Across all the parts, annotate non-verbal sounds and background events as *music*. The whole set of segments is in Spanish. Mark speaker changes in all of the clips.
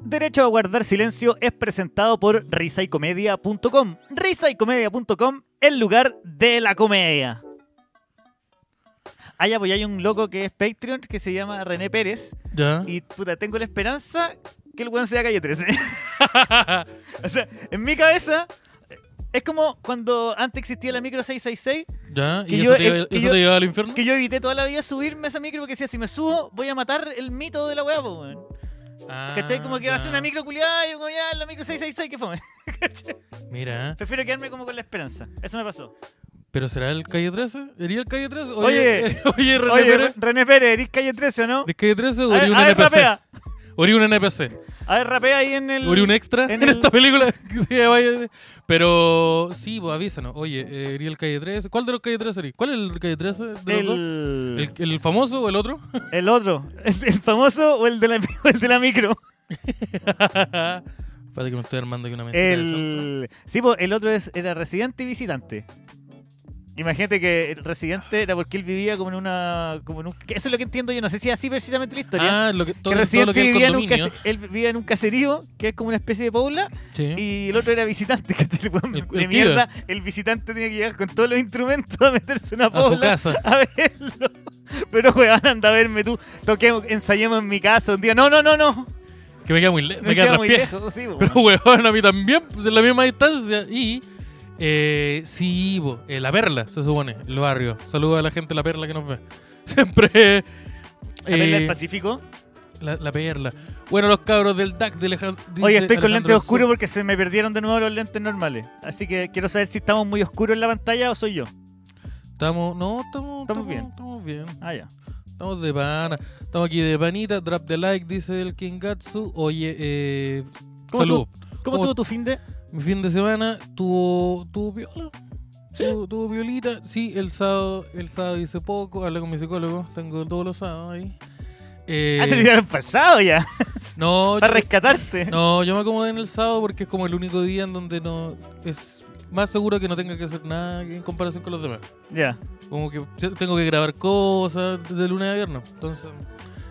Speaker 1: Derecho a guardar silencio es presentado por risaycomedia.com. Risaycomedia.com, el lugar de la comedia. Ah, ya, pues ya hay un loco que es Patreon que se llama René Pérez.
Speaker 2: Ya.
Speaker 1: Y puta, tengo la esperanza que el weón sea calle 13. *laughs* o sea, en mi cabeza es como cuando antes existía la micro 666
Speaker 2: ya.
Speaker 1: que
Speaker 2: ¿Y
Speaker 1: yo-
Speaker 2: eso, te, lleva-
Speaker 1: eh, que
Speaker 2: eso
Speaker 1: yo-
Speaker 2: te lleva al infierno?
Speaker 1: que yo evité toda la vida subirme a esa micro porque decía, si me subo voy a matar el mito de la weá, po, weón.
Speaker 2: Ah,
Speaker 1: ¿Cachai? Como que va a ser
Speaker 2: ya.
Speaker 1: una micro culiada y como ya la micro 666 que fome.
Speaker 2: Mira,
Speaker 1: Prefiero quedarme como con la esperanza. Eso me pasó.
Speaker 2: ¿pero será el calle 13? ¿Sería el calle 13?
Speaker 1: Oye,
Speaker 2: *laughs* oye, René
Speaker 1: Oye,
Speaker 2: Pérez.
Speaker 1: Re- René Pérez, ¿eres calle 13 o no?
Speaker 2: ¿Eres calle 13 o
Speaker 1: A ver,
Speaker 2: eres un
Speaker 1: a ver,
Speaker 2: NPC?
Speaker 1: rapea.
Speaker 2: ¿O eres un NPC?
Speaker 1: A ver, rapea ahí en el.
Speaker 2: ¿O eres un extra
Speaker 1: en
Speaker 2: en,
Speaker 1: el-
Speaker 2: esta película? *laughs* Que se vaya- Pero sí, pues avísanos. Oye, eh, ¿eres el calle 13? ¿Cuál de los calle 13 eres? ¿Cuál es el calle 13? de los dos?
Speaker 1: El,
Speaker 2: ¿El, el famoso o el otro? *laughs*
Speaker 1: el otro, el, el famoso o el de la, *laughs* o el de la micro.
Speaker 2: Espérate que me estoy armando aquí una mesita de centro.
Speaker 1: El, sí, po, el otro es, era residente y visitante. Imagínate que el residente era porque él vivía como en una. Como en un, que eso es lo que entiendo yo, no sé si es así precisamente la historia.
Speaker 2: Ah, lo que, todo,
Speaker 1: que
Speaker 2: todo lo
Speaker 1: residente
Speaker 2: que es el
Speaker 1: vivía en un
Speaker 2: condominio.
Speaker 1: case- él vivía en un caserío que es como una especie de paula
Speaker 2: Sí.
Speaker 1: y el otro era visitante. *laughs* Que el, weón
Speaker 2: El-
Speaker 1: de
Speaker 2: el
Speaker 1: mierda, el visitante tenía que llegar con todos los instrumentos a meterse en una
Speaker 2: A su
Speaker 1: paula
Speaker 2: casa.
Speaker 1: *laughs* a verlo. Pero weón, anda a verme tú. Toquemos, ensayemos en mi casa un día. No, no, no, no.
Speaker 2: Que me queda muy, le- me
Speaker 1: Me
Speaker 2: queda
Speaker 1: queda muy
Speaker 2: traspié.
Speaker 1: lejos,
Speaker 2: *laughs*
Speaker 1: sí, po,
Speaker 2: Pero
Speaker 1: weón.
Speaker 2: weón, a mí también, pues en la misma distancia. Y eh, sí, bo, eh, la perla, se supone, el barrio. Saludos a la gente de la perla que nos ve. *laughs* Siempre. eh,
Speaker 1: La perla del
Speaker 2: eh,
Speaker 1: Pacífico.
Speaker 2: la, la perla. Bueno, los cabros del DAC de Alejandro.
Speaker 1: Oye, estoy con lentes oscuros porque se me perdieron de nuevo los lentes normales. Así que quiero saber si estamos muy oscuros en la pantalla o soy yo.
Speaker 2: Estamos, no,
Speaker 1: Estamos
Speaker 2: estamos, estamos
Speaker 1: bien.
Speaker 2: bien. Estamos bien.
Speaker 1: Ah, ya.
Speaker 2: Estamos de pana. Estamos aquí de panita. Drop the like, dice el Kingatsu. Oye, eh,
Speaker 1: ¿Cómo
Speaker 2: saludos.
Speaker 1: ¿Cómo
Speaker 2: ¿Cómo-
Speaker 1: tuvo tu fin de?
Speaker 2: Mi fin de semana tuvo, tuvo viola.
Speaker 1: ¿Sí?
Speaker 2: Tuvo, tuvo violita. Sí, el sábado, el sábado hice poco. Hablé con mi psicólogo. Tengo todos los sábados ahí. Eh,
Speaker 1: Ah, te tiraron pasado ya.
Speaker 2: no,
Speaker 1: Para
Speaker 2: yo,
Speaker 1: rescatarte.
Speaker 2: no, yo me acomodé en el sábado porque es como el único día en donde no es más seguro que no tenga que hacer nada en comparación con los demás.
Speaker 1: Ya.
Speaker 2: Como que se- tengo que grabar cosas de lunes a viernes. Entonces,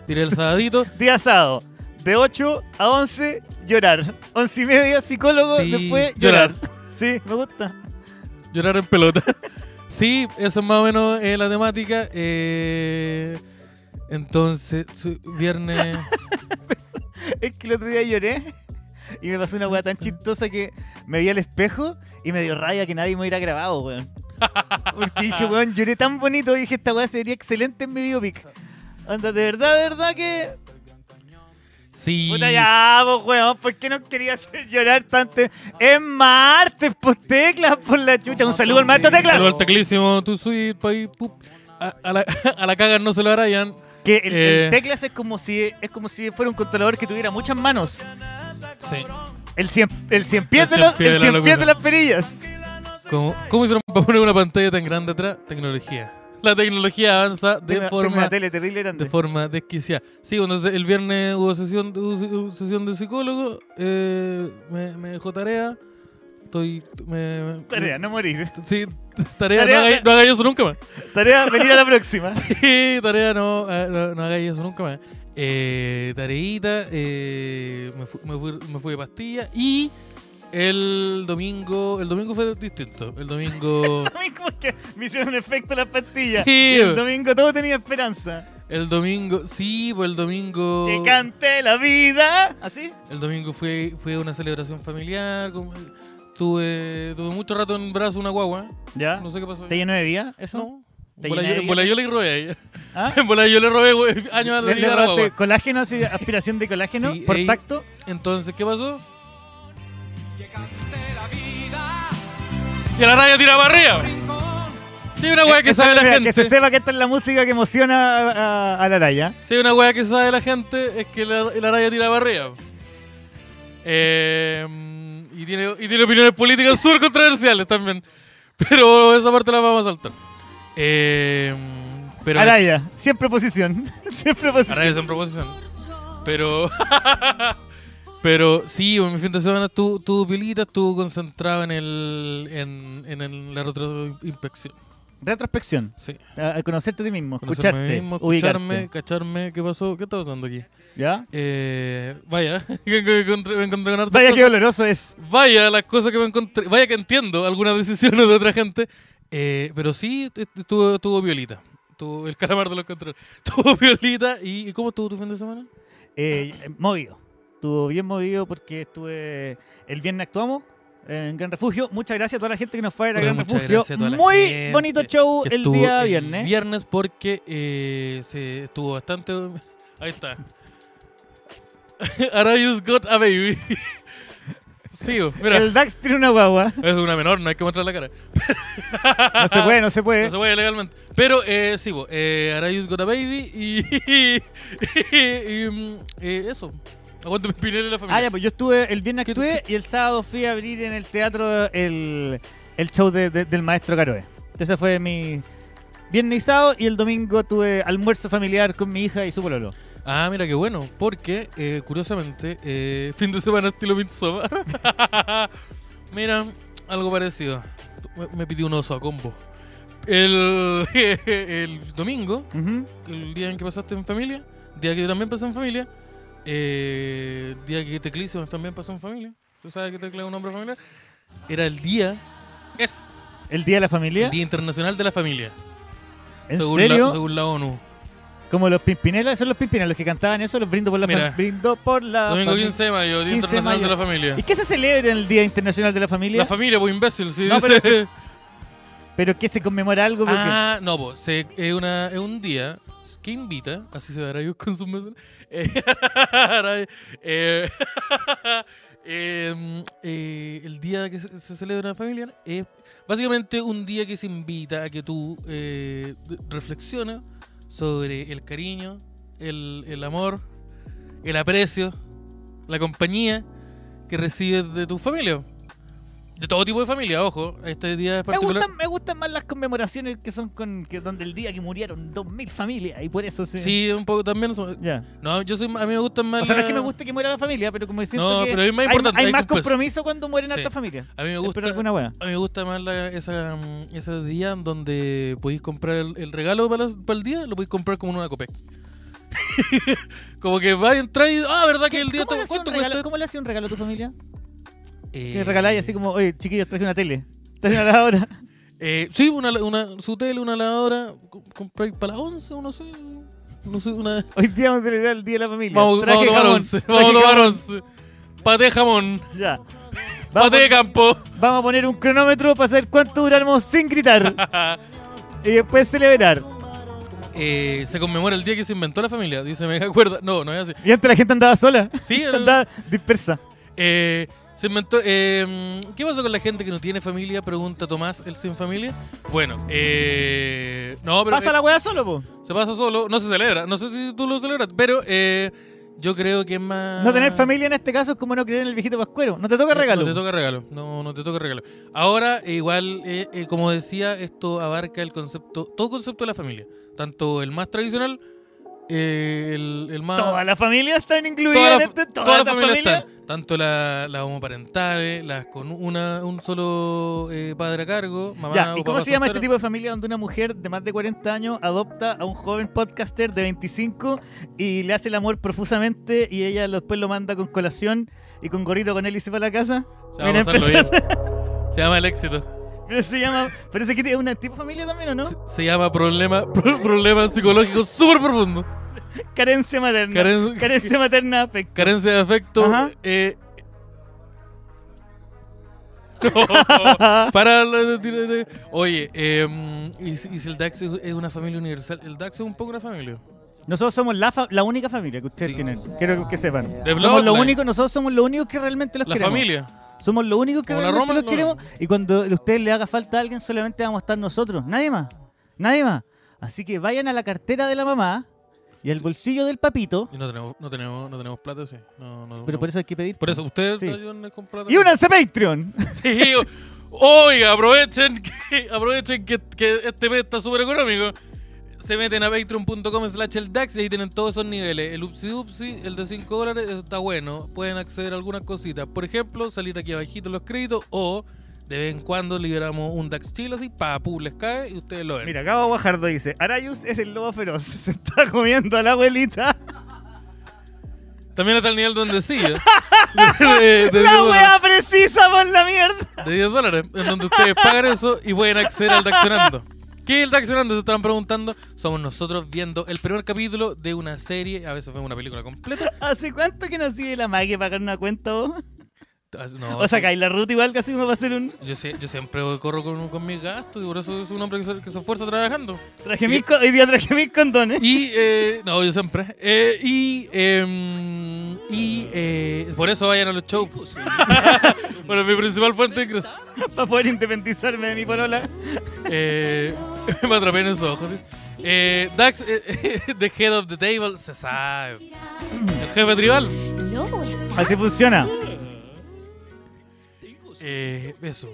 Speaker 2: tiré el sabadito.
Speaker 1: Día sábado. De 8 a 11, llorar. 11 y media, psicólogo.
Speaker 2: Sí,
Speaker 1: después, llorar.
Speaker 2: llorar.
Speaker 1: Sí, me gusta.
Speaker 2: Llorar en pelota. *laughs* sí, eso es más o menos eh, la temática. eh, entonces, su-
Speaker 1: *laughs*
Speaker 2: viernes.
Speaker 1: Es que el otro día lloré *laughs* y me pasó una weá tan chistosa que me vi al espejo y me dio rabia que nadie me hubiera grabado, weón. Porque
Speaker 2: *laughs*
Speaker 1: dije, weón, lloré tan bonito y dije, esta weá sería excelente en mi biopic. Onda, de verdad, de verdad que.
Speaker 2: Sí.
Speaker 1: Puta ya, po, weón, ¿por qué no quería hacer llorar tanto? Es martes, pues teclas, por la chucha. Un saludo al maestro teclas.
Speaker 2: Saludos al teclísimo, tu suite, pay, pup. A, a la, *laughs* a la caga no se lo harán.
Speaker 1: Que el, el
Speaker 2: Eh.
Speaker 1: teclas es como si es como si fuera un controlador que tuviera muchas manos.
Speaker 2: Sí.
Speaker 1: El cien, el cien pies,
Speaker 2: El
Speaker 1: de,
Speaker 2: cien
Speaker 1: los,
Speaker 2: pies
Speaker 1: el
Speaker 2: de la
Speaker 1: cien pies
Speaker 2: locura.
Speaker 1: de las perillas.
Speaker 2: ¿Cómo, ¿Cómo hicieron para poner una pantalla tan grande atrás? Tecnología. La tecnología avanza de
Speaker 1: Tengo una- tengo
Speaker 2: forma
Speaker 1: una tele terrible grande.
Speaker 2: de forma desquiciada. Sí, entonces el viernes hubo sesión, hubo se- hubo sesión de psicólogo, eh, me, me dejó tarea, estoy... Me, me-
Speaker 1: Tarea, no morir.
Speaker 2: Sí, *laughs* tarea,
Speaker 1: Tarea,
Speaker 2: no, hagáis, no hagáis eso nunca más. *laughs*
Speaker 1: Tarea, venir a la próxima. *laughs*
Speaker 2: Sí, tarea, no, eh, no, no hagáis eso nunca más. Eh, tareita, eh, me, fu- me fui, me fui de pastilla y el domingo, el domingo fue distinto.
Speaker 1: *laughs*
Speaker 2: El domingo,
Speaker 1: A mí como que me hicieron un efecto las pastillas.
Speaker 2: Sí.
Speaker 1: Y el domingo todo tenía esperanza.
Speaker 2: el domingo, sí, pues el domingo...
Speaker 1: Que cante la vida. ¿Así?
Speaker 2: El domingo fue, fue una celebración familiar. con- tuve, tuve mucho rato en brazo una guagua.
Speaker 1: ¿Ya?
Speaker 2: No sé qué pasó.
Speaker 1: Ah, ¿Te llenó de vida eso?
Speaker 2: No.
Speaker 1: ¿Te
Speaker 2: En bola
Speaker 1: llena
Speaker 2: yo-
Speaker 1: de
Speaker 2: en bola yo le robé a ella.
Speaker 1: ¿Ah?
Speaker 2: *laughs* En bola yo le robé güey, años
Speaker 1: ¿Le-
Speaker 2: de
Speaker 1: le
Speaker 2: vida a la
Speaker 1: robaste
Speaker 2: guagua.
Speaker 1: colágeno,
Speaker 2: *laughs*
Speaker 1: así, aspiración de colágeno
Speaker 2: Sí,
Speaker 1: por
Speaker 2: ey.
Speaker 1: tacto?
Speaker 2: Entonces, ¿qué pasó? Y a la radio tira para arriba. Sí, una weá que
Speaker 1: Esta
Speaker 2: sabe
Speaker 1: es
Speaker 2: la
Speaker 1: mira,
Speaker 2: gente.
Speaker 1: Que se sepa que esta es la música que emociona a, a- a la raya.
Speaker 2: Si hay una weá que sabe la gente es que la, la raya tira para arriba. Eh, y, tiene, y tiene opiniones políticas *laughs* súper controversiales también. Pero esa parte la vamos a saltar. Eh, pero
Speaker 1: Araya, siempre oposición. *laughs* Siempre oposición.
Speaker 2: Araya en proposición. Pero. *laughs* pero sí, en mi fin de semana estuvo, estuvo pilita, estuvo concentrado en, el, en, en el- la retroinspección.
Speaker 1: Retrospección.
Speaker 2: Sí.
Speaker 1: A, a conocerte a ti mismo,
Speaker 2: Conocerme a mí
Speaker 1: escucharte,
Speaker 2: mismo, escucharme,
Speaker 1: ubicarte.
Speaker 2: cacharme, ¿qué pasó? ¿Qué está pasando aquí?
Speaker 1: ¿Ya?
Speaker 2: Eh, vaya, *laughs* que me encontré, me encontré con hartas
Speaker 1: Vaya qué
Speaker 2: cosas.
Speaker 1: doloroso es.
Speaker 2: Vaya las cosas que me encontré. Vaya que entiendo algunas *laughs* decisiones de otra gente. Eh, pero sí, est- estuvo, estuvo Violita. Estuvo el calamar de los controles. *laughs* Estuvo Violita. ¿Y y cómo estuvo tu fin de semana?
Speaker 1: Eh, movido. Estuvo bien movido porque estuve. El viernes actuamos en Gran Refugio. Muchas gracias a toda la gente que nos fue a, ver a
Speaker 2: Oye,
Speaker 1: Gran
Speaker 2: muchas
Speaker 1: Refugio.
Speaker 2: gracias a toda la
Speaker 1: Muy
Speaker 2: gente
Speaker 1: bonito show
Speaker 2: que
Speaker 1: el
Speaker 2: estuvo
Speaker 1: día viernes.
Speaker 2: Viernes porque eh, se estuvo bastante. *laughs* Ahí está. Arayus got a baby. *laughs* sí, mira.
Speaker 1: El DAX tiene una guagua.
Speaker 2: Es una menor, no hay que mostrar la cara.
Speaker 1: No se puede, no se puede.
Speaker 2: No se puede legalmente. Pero eh, sí, bo, eh, Arayus got a baby y. *laughs* y, mm, eh, eso. Aguántame Pinel y *laughs* la familia.
Speaker 1: Ah, ya, pues yo estuve, el viernes
Speaker 2: ¿Qué-
Speaker 1: actué y el sábado fui a abrir en el teatro el, el show de- de- del maestro Caroe. Ese fue mi viernes y sábado y el domingo tuve almuerzo familiar con mi hija y su pololo.
Speaker 2: Ah, mira qué bueno, porque eh, curiosamente, eh, fin de semana estilo Midsommar. *laughs* mira, algo parecido. Me, me pidió un oso a combo. El, *laughs* el domingo,
Speaker 1: Ujú.
Speaker 2: el día en que pasaste en familia, día que yo también pasé en familia, eh, día que Teclisio también pasó en familia. Tú sabes que Tecla es un hombre familiar. Era el día, es
Speaker 1: El Día de la
Speaker 2: el
Speaker 1: Familia.
Speaker 2: Día Internacional de la Familia,
Speaker 1: ¿En
Speaker 2: según,
Speaker 1: serio?
Speaker 2: La, según la ONU.
Speaker 1: Como los Pimpinela, son los Pimpinela los que cantaban eso, los brindo por la
Speaker 2: Mira.
Speaker 1: fam- brindo por la
Speaker 2: Domingo
Speaker 1: fami-
Speaker 2: 15 de mayo, Día
Speaker 1: 15 de
Speaker 2: Internacional de
Speaker 1: mayo.
Speaker 2: la Familia.
Speaker 1: ¿Y qué se celebra en el Día Internacional de la Familia?
Speaker 2: La familia, pues imbécil, sí.
Speaker 1: No,
Speaker 2: dice-
Speaker 1: ¿Pero qué se conmemora algo? Porque...
Speaker 2: Ah, no, pues se- es, una, es un día que invita, así se dará yo con sus meses. *laughs* Eh, ahora, eh, *laughs* em, eh, el día que se, se celebra la familia es básicamente un día que se invita a que tú eh, de- reflexiones sobre el cariño, el, el amor, el aprecio, la compañía que recibes de tu familia. De todo tipo de familia, ojo. Este día es
Speaker 1: Me
Speaker 2: particular.
Speaker 1: gustan, me gustan más las conmemoraciones que son con que donde el día que murieron 2.000 familias y por eso se...
Speaker 2: Sí, un poco también. son-
Speaker 1: Ya.
Speaker 2: No, yo soy, a mí me gustan más.
Speaker 1: O sea, no es
Speaker 2: la-
Speaker 1: que me guste que muera la familia, pero como siento
Speaker 2: No,
Speaker 1: que
Speaker 2: pero es más
Speaker 1: hay-
Speaker 2: importante,
Speaker 1: hay,
Speaker 2: hay
Speaker 1: más
Speaker 2: compromiso.
Speaker 1: compromiso cuando mueren
Speaker 2: Sí.
Speaker 1: hartas familias.
Speaker 2: A mí me
Speaker 1: Espero
Speaker 2: gusta.
Speaker 1: alguna wea.
Speaker 2: A mí me gusta más la, esa, mm, ese día en donde podéis comprar el, el regalo para, las- para el día, lo podéis comprar como en una copec. *laughs* como que va a entrar y. Ah, ¿verdad que el día
Speaker 1: ¿Cómo, le
Speaker 2: está.
Speaker 1: hace un
Speaker 2: ¿Cuánto
Speaker 1: regalo,
Speaker 2: cuesta?
Speaker 1: ¿Cómo le hace un regalo a tu familia?
Speaker 2: Eh,
Speaker 1: Que regaláis así como, oye, chiquillos, traje una tele. Traje una lavadora. *laughs*
Speaker 2: eh, sí, una, una, su tele, una lavadora. co- Compráis para la 11, no sé. No sé, una.
Speaker 1: Hoy día vamos a celebrar el Día de la Familia.
Speaker 2: Vamos,
Speaker 1: Traje
Speaker 2: vamos a tomar
Speaker 1: jamón,
Speaker 2: 11.
Speaker 1: traje
Speaker 2: Vamos a tomar
Speaker 1: jamón.
Speaker 2: 11. Paté de jamón.
Speaker 1: Ya.
Speaker 2: Paté de
Speaker 1: Vamos,
Speaker 2: campo.
Speaker 1: vamos a poner un cronómetro para saber cuánto duramos sin
Speaker 2: *laughs*
Speaker 1: gritar y después celebrar.
Speaker 2: Eh, se conmemora el día que se inventó la familia. Dice, me acuerdo. No, no es así.
Speaker 1: Y antes la gente andaba sola, *laughs*
Speaker 2: Sí, era-
Speaker 1: andaba dispersa.
Speaker 2: eh, se inventó. eh, ¿Qué pasó con la gente que no tiene familia? Pregunta Tomás, el sin familia. Bueno, eh, no, pero
Speaker 1: Pasa la wea solo, po.
Speaker 2: eh, se pasa solo. No se celebra. No sé si tú lo celebras, pero eh, yo creo que es más.
Speaker 1: No tener familia en este caso es como no creer en el viejito pascuero. No te toca
Speaker 2: Ah. Eh, No,
Speaker 1: regalo.
Speaker 2: No te toca regalo. No, no te toca regalo. Ahora, eh, igual, eh, eh, como decía, esto abarca el concepto, todo concepto de la familia. Tanto el más tradicional, eh, el, el más.
Speaker 1: Todas las familias están incluidas
Speaker 2: Todas
Speaker 1: en
Speaker 2: las-
Speaker 1: este. Todas
Speaker 2: todas
Speaker 1: las
Speaker 2: las familias
Speaker 1: familias.
Speaker 2: están. Tanto la- las homoparentales, las con una, un solo eh, padre a cargo, mamá
Speaker 1: Ya,
Speaker 2: o
Speaker 1: ¿y cómo
Speaker 2: papá
Speaker 1: se llama este
Speaker 2: soltero.
Speaker 1: tipo de familia donde una mujer de más de 40 años adopta a un joven podcaster de 25 y le hace el amor profusamente y ella después lo manda con colación y con gorrito con él y se va a la casa?
Speaker 2: Se llama
Speaker 1: Mira,
Speaker 2: Pasarlo
Speaker 1: empezó-
Speaker 2: Bien. Se llama el éxito.
Speaker 1: Pero se llama. Parece que es una tipo de familia también, ¿o no?
Speaker 2: Se, se llama problema, *laughs* pro- problema psicológico súper profundo.
Speaker 1: Carencia materna.
Speaker 2: Caren-
Speaker 1: Carencia materna afecta.
Speaker 2: Carencia de afecto.
Speaker 1: Ajá.
Speaker 2: eh, *laughs* no, para la- tira- tira- Oye, eh, y, si y si el DAX es es una familia universal, el DAX es un poco una familia.
Speaker 1: Nosotros somos la, fa- la única familia que ustedes
Speaker 2: Sí.
Speaker 1: tienen. Quiero que sepan.
Speaker 2: The
Speaker 1: Somos lo
Speaker 2: bloodline.
Speaker 1: único, nosotros somos los únicos que realmente los
Speaker 2: La
Speaker 1: queremos.
Speaker 2: familia.
Speaker 1: Somos los únicos que
Speaker 2: Como la
Speaker 1: realmente
Speaker 2: Roma,
Speaker 1: los
Speaker 2: no.
Speaker 1: queremos. Y cuando a ustedes le haga falta a alguien, solamente vamos a estar nosotros. Nadie más. Nadie más. Así que vayan a la cartera de la mamá y al bolsillo del papito.
Speaker 2: Y no tenemos, no tenemos, no tenemos plata, sí. No, no,
Speaker 1: Pero
Speaker 2: no.
Speaker 1: por eso hay que pedir.
Speaker 2: Por eso, ustedes
Speaker 1: Sí.
Speaker 2: ayúdenme con plata.
Speaker 1: Y únanse a Patreon.
Speaker 2: *laughs* Sí, o- oiga, aprovechen *laughs* que, aprovechen que, que este mes está súper económico. Se meten a patreon.com slash el DAX y ahí tienen todos esos niveles. El Upsi Upsi, el de 5 dólares, eso está bueno. Pueden acceder a algunas cositas. Por ejemplo, salir aquí abajito en los créditos o De vez en cuando liberamos un Dax Chill así, pa, pum, les cae y ustedes lo ven.
Speaker 1: Mira, Gabo Guajardo dice, Arayus es el lobo feroz, *laughs* se está comiendo a la abuelita.
Speaker 2: También está el nivel donde sí.
Speaker 1: *laughs*
Speaker 2: ¿eh? *laughs* De, de- de
Speaker 1: ¡La
Speaker 2: 10
Speaker 1: wea precisa por la mierda!
Speaker 2: dólares- de 10 dólares. En donde ustedes pagan eso y pueden acceder al Daxionando. ¿Qué es el Daxionando? Se estarán preguntando. Somos nosotros viendo el primer capítulo de una serie. A veces vemos una película completa.
Speaker 1: ¿Hace cuánto que no sigue la magia pagar una cuenta vos?
Speaker 2: Ah, No,
Speaker 1: O sacáis la ruta igual que así uno va a hacer un...
Speaker 2: yo, sie- yo siempre corro con, con mis gastos y por eso soy un hombre que se, que se esfuerza trabajando.
Speaker 1: Traje mis... co- Hoy día traje mis condones. *laughs*
Speaker 2: Y, eh, no, yo siempre. Eh, y em, y eh, por eso vayan a los shows. pues. *laughs* bueno, mi principal fuente de ingresos.
Speaker 1: Para poder independizarme de mi polola.
Speaker 2: Eh, *laughs* me atrapé en esos ojos. ¿sí? Eh, Dax, eh, *laughs* the head of the table, se sabe. El jefe tribal.
Speaker 3: Lobo está
Speaker 1: Así funciona.
Speaker 2: Eh, eso.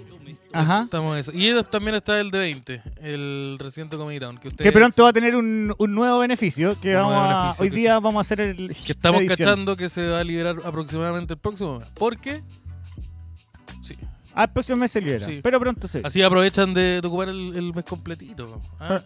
Speaker 1: Ajá.
Speaker 2: Estamos en eso. Y él también está el de 20, el reciente Comedy Town. Que,
Speaker 1: Que
Speaker 2: ustedes-
Speaker 1: pronto va a tener un, un nuevo beneficio que
Speaker 2: Un nuevo
Speaker 1: vamos a-
Speaker 2: beneficio
Speaker 1: hoy
Speaker 2: que
Speaker 1: día vamos a hacer el
Speaker 2: que estamos
Speaker 1: la edición.
Speaker 2: cachando que se va a liberar aproximadamente el próximo mes. Porque. Sí.
Speaker 1: Ah, el próximo mes se libera,
Speaker 2: Sí.
Speaker 1: pero pronto se.
Speaker 2: Así aprovechan de, de ocupar el, el mes completito. ¿ah?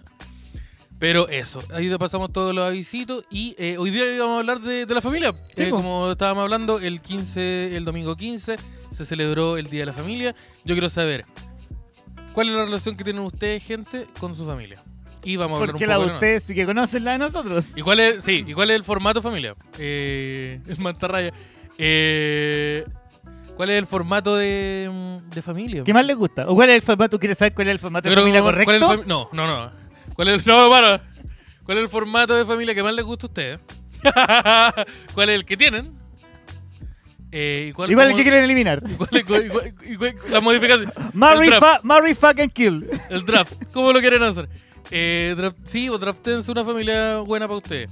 Speaker 2: Pero eso, ahí te pasamos todos los avisitos y eh, hoy día íbamos a hablar de, de la familia. Eh,
Speaker 1: po.
Speaker 2: como estábamos hablando, el 15, el domingo 15 se celebró el Día de la Familia. Yo quiero saber, ¿cuál es la relación que tienen ustedes, gente, con su familia? Y vamos a hablar
Speaker 1: Porque
Speaker 2: un
Speaker 1: la
Speaker 2: poco
Speaker 1: de
Speaker 2: de-
Speaker 1: ustedes sí que conocen la de nosotros.
Speaker 2: ¿Y cuál es, sí, ¿y cuál es el formato familia? Eh, *laughs* el mantarraya. Eh, ¿Cuál es el formato de, mm, de familia?
Speaker 1: ¿Qué más les gusta? ¿O cuál es el formato? ¿Quieres saber cuál es el formato de
Speaker 2: Pero,
Speaker 1: familia
Speaker 2: ¿cuál es el
Speaker 1: correcto?
Speaker 2: fami- no, no, no. ¿Cuál es el, no, para. ¿Cuál es el formato de familia que más les gusta a ustedes? *laughs* ¿Cuál es el que tienen? Eh, ¿y cuál,
Speaker 1: Igual el
Speaker 2: cómo-
Speaker 1: que quieren eliminar.
Speaker 2: y *laughs* cuál- y cuál- y cuál- y cuál- las modificaciones?
Speaker 1: Marry,
Speaker 2: El draft.
Speaker 1: fa- marry, fuck and kill.
Speaker 2: El draft. ¿Cómo lo quieren hacer? Eh, draft, sí, o draftense una familia buena para ustedes.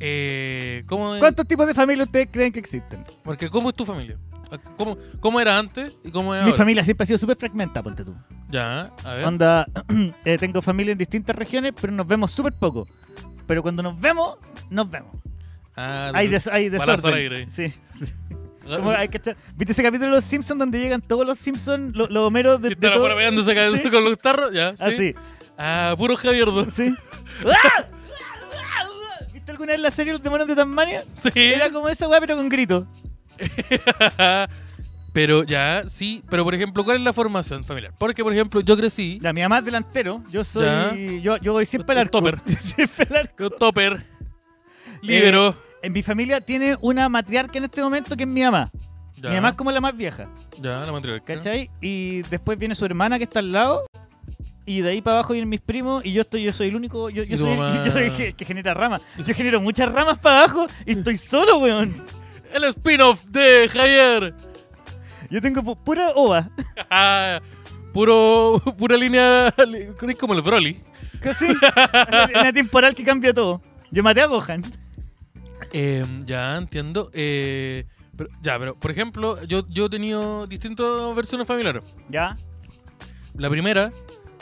Speaker 2: Eh, ¿cómo es-
Speaker 1: ¿Cuántos tipos de familia ustedes creen que existen?
Speaker 2: Porque ¿cómo es tu familia? ¿Cómo, cómo era antes y cómo es
Speaker 1: Mi
Speaker 2: ahora?
Speaker 1: familia siempre ha sido súper fragmentada, ponte tú.
Speaker 2: Ya, a ver.
Speaker 1: Onda, *clears throat* eh, tengo familia en distintas regiones, pero nos vemos súper poco. Pero cuando nos vemos, nos vemos.
Speaker 2: Ah,
Speaker 1: Hay, des- hay
Speaker 2: Balazo al
Speaker 1: desorden.
Speaker 2: aire.
Speaker 1: Sí.
Speaker 2: Ah.
Speaker 1: Como, hay que echar- ¿Viste ese capítulo de Los Simpsons donde llegan todos los Simpsons, los, los homeros de,
Speaker 2: Y
Speaker 1: de
Speaker 2: están
Speaker 1: todo?
Speaker 2: afuera pegándose cada-
Speaker 1: Sí.
Speaker 2: con los tarros, ya. sí.
Speaker 1: Así,
Speaker 2: Ah, puro Javier dos.
Speaker 1: sí. ¡Ah! ¿Viste alguna vez la serie Los demonios de Tasmania?
Speaker 2: *laughs* Sí.
Speaker 1: Era como esa weá, pero con grito.
Speaker 2: *laughs* pero ya, sí. Pero por ejemplo, ¿cuál es la formación familiar? Porque, por ejemplo, yo crecí
Speaker 1: Ya, mi mamá es delantero, yo soy. Yo, *laughs* yo voy siempre al
Speaker 2: Un
Speaker 1: arco.
Speaker 2: topper.
Speaker 1: Siempre al arco.
Speaker 2: con Topper,
Speaker 1: Eh,
Speaker 2: Libero.
Speaker 1: En mi familia tiene una matriarca en este momento que es mi mamá.
Speaker 2: ya,
Speaker 1: Mi mamá es como la más vieja,
Speaker 2: ya, la matriarca.
Speaker 1: ¿cachai? Y después viene su hermana que está al lado. Y de ahí para abajo vienen mis primos y yo estoy, yo soy el único, yo, yo
Speaker 2: Y tu
Speaker 1: soy, el-
Speaker 2: mamá.
Speaker 1: *laughs* yo soy el que, que genera ramas. Yo genero muchas ramas para abajo y estoy solo, weón.
Speaker 2: El spin-off de Javier. *laughs*
Speaker 1: Yo tengo pu- pura ova. *laughs*
Speaker 2: Ah, puro, pura línea. Es como el Broly.
Speaker 1: Casi. Una temporal que cambia todo. Yo maté a Gohan.
Speaker 2: Eh, ya, entiendo. Eh, pero- ya, pero por ejemplo, yo, yo he tenido distintas versiones familiares.
Speaker 1: Ya.
Speaker 2: La primera,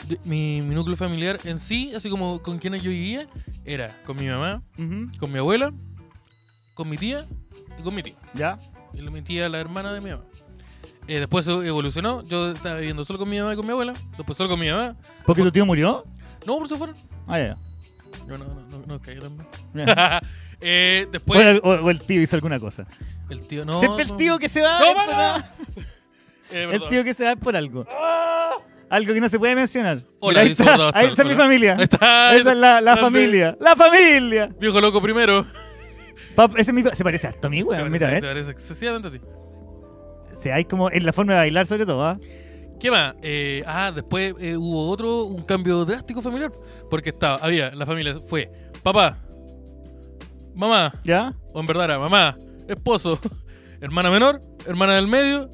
Speaker 2: de- mi, mi núcleo familiar en sí, así como con quienes yo vivía, era con mi mamá,
Speaker 1: Ujú.
Speaker 2: con mi abuela, con mi tía y con mi tía.
Speaker 1: Ya.
Speaker 2: Y lo- mi tía, la hermana de mi mamá. Eh, después eso evolucionó, yo estaba viviendo solo con mi mamá y con mi abuela, después solo con mi mamá.
Speaker 1: ¿Porque tu tío murió?
Speaker 2: No, por eso fueron.
Speaker 1: Ah, ya.
Speaker 2: Yo no, no, no, no caí tan mal.
Speaker 1: Ya.
Speaker 2: *laughs* Eh, después
Speaker 1: Bueno, o, o el tío hizo alguna cosa.
Speaker 2: el tío, no.
Speaker 1: Siempre el
Speaker 2: no.
Speaker 1: tío que se va.
Speaker 2: No,
Speaker 1: es
Speaker 2: para.
Speaker 1: por a-
Speaker 2: Eh,
Speaker 1: El
Speaker 2: perdón.
Speaker 1: tío que se va es por algo. Algo que no se puede mencionar.
Speaker 2: Ah. Hola,
Speaker 1: ahí
Speaker 2: y saludos
Speaker 1: está.
Speaker 2: hasta
Speaker 1: Ahí
Speaker 2: el
Speaker 1: está mi
Speaker 2: colega.
Speaker 1: familia.
Speaker 2: Ahí está.
Speaker 1: Esa es la, la
Speaker 2: grande.
Speaker 1: familia. ¡La familia!
Speaker 2: Viejo loco primero.
Speaker 1: Pap- ese es mi pa- se parece harto a mí,
Speaker 2: Se
Speaker 1: weón.
Speaker 2: parece-
Speaker 1: Mira,
Speaker 2: se
Speaker 1: eh.
Speaker 2: parece excesivamente a ti.
Speaker 1: Se hay como en la forma de bailar, sobre todo, ¿ah?
Speaker 2: ¿Qué más? Eh, ah, después eh, hubo otro, un cambio drástico familiar. Porque estaba, había, la familia fue papá, mamá,
Speaker 1: ¿Ya?
Speaker 2: o en verdad era mamá, esposo, *laughs* hermana menor, hermana del medio,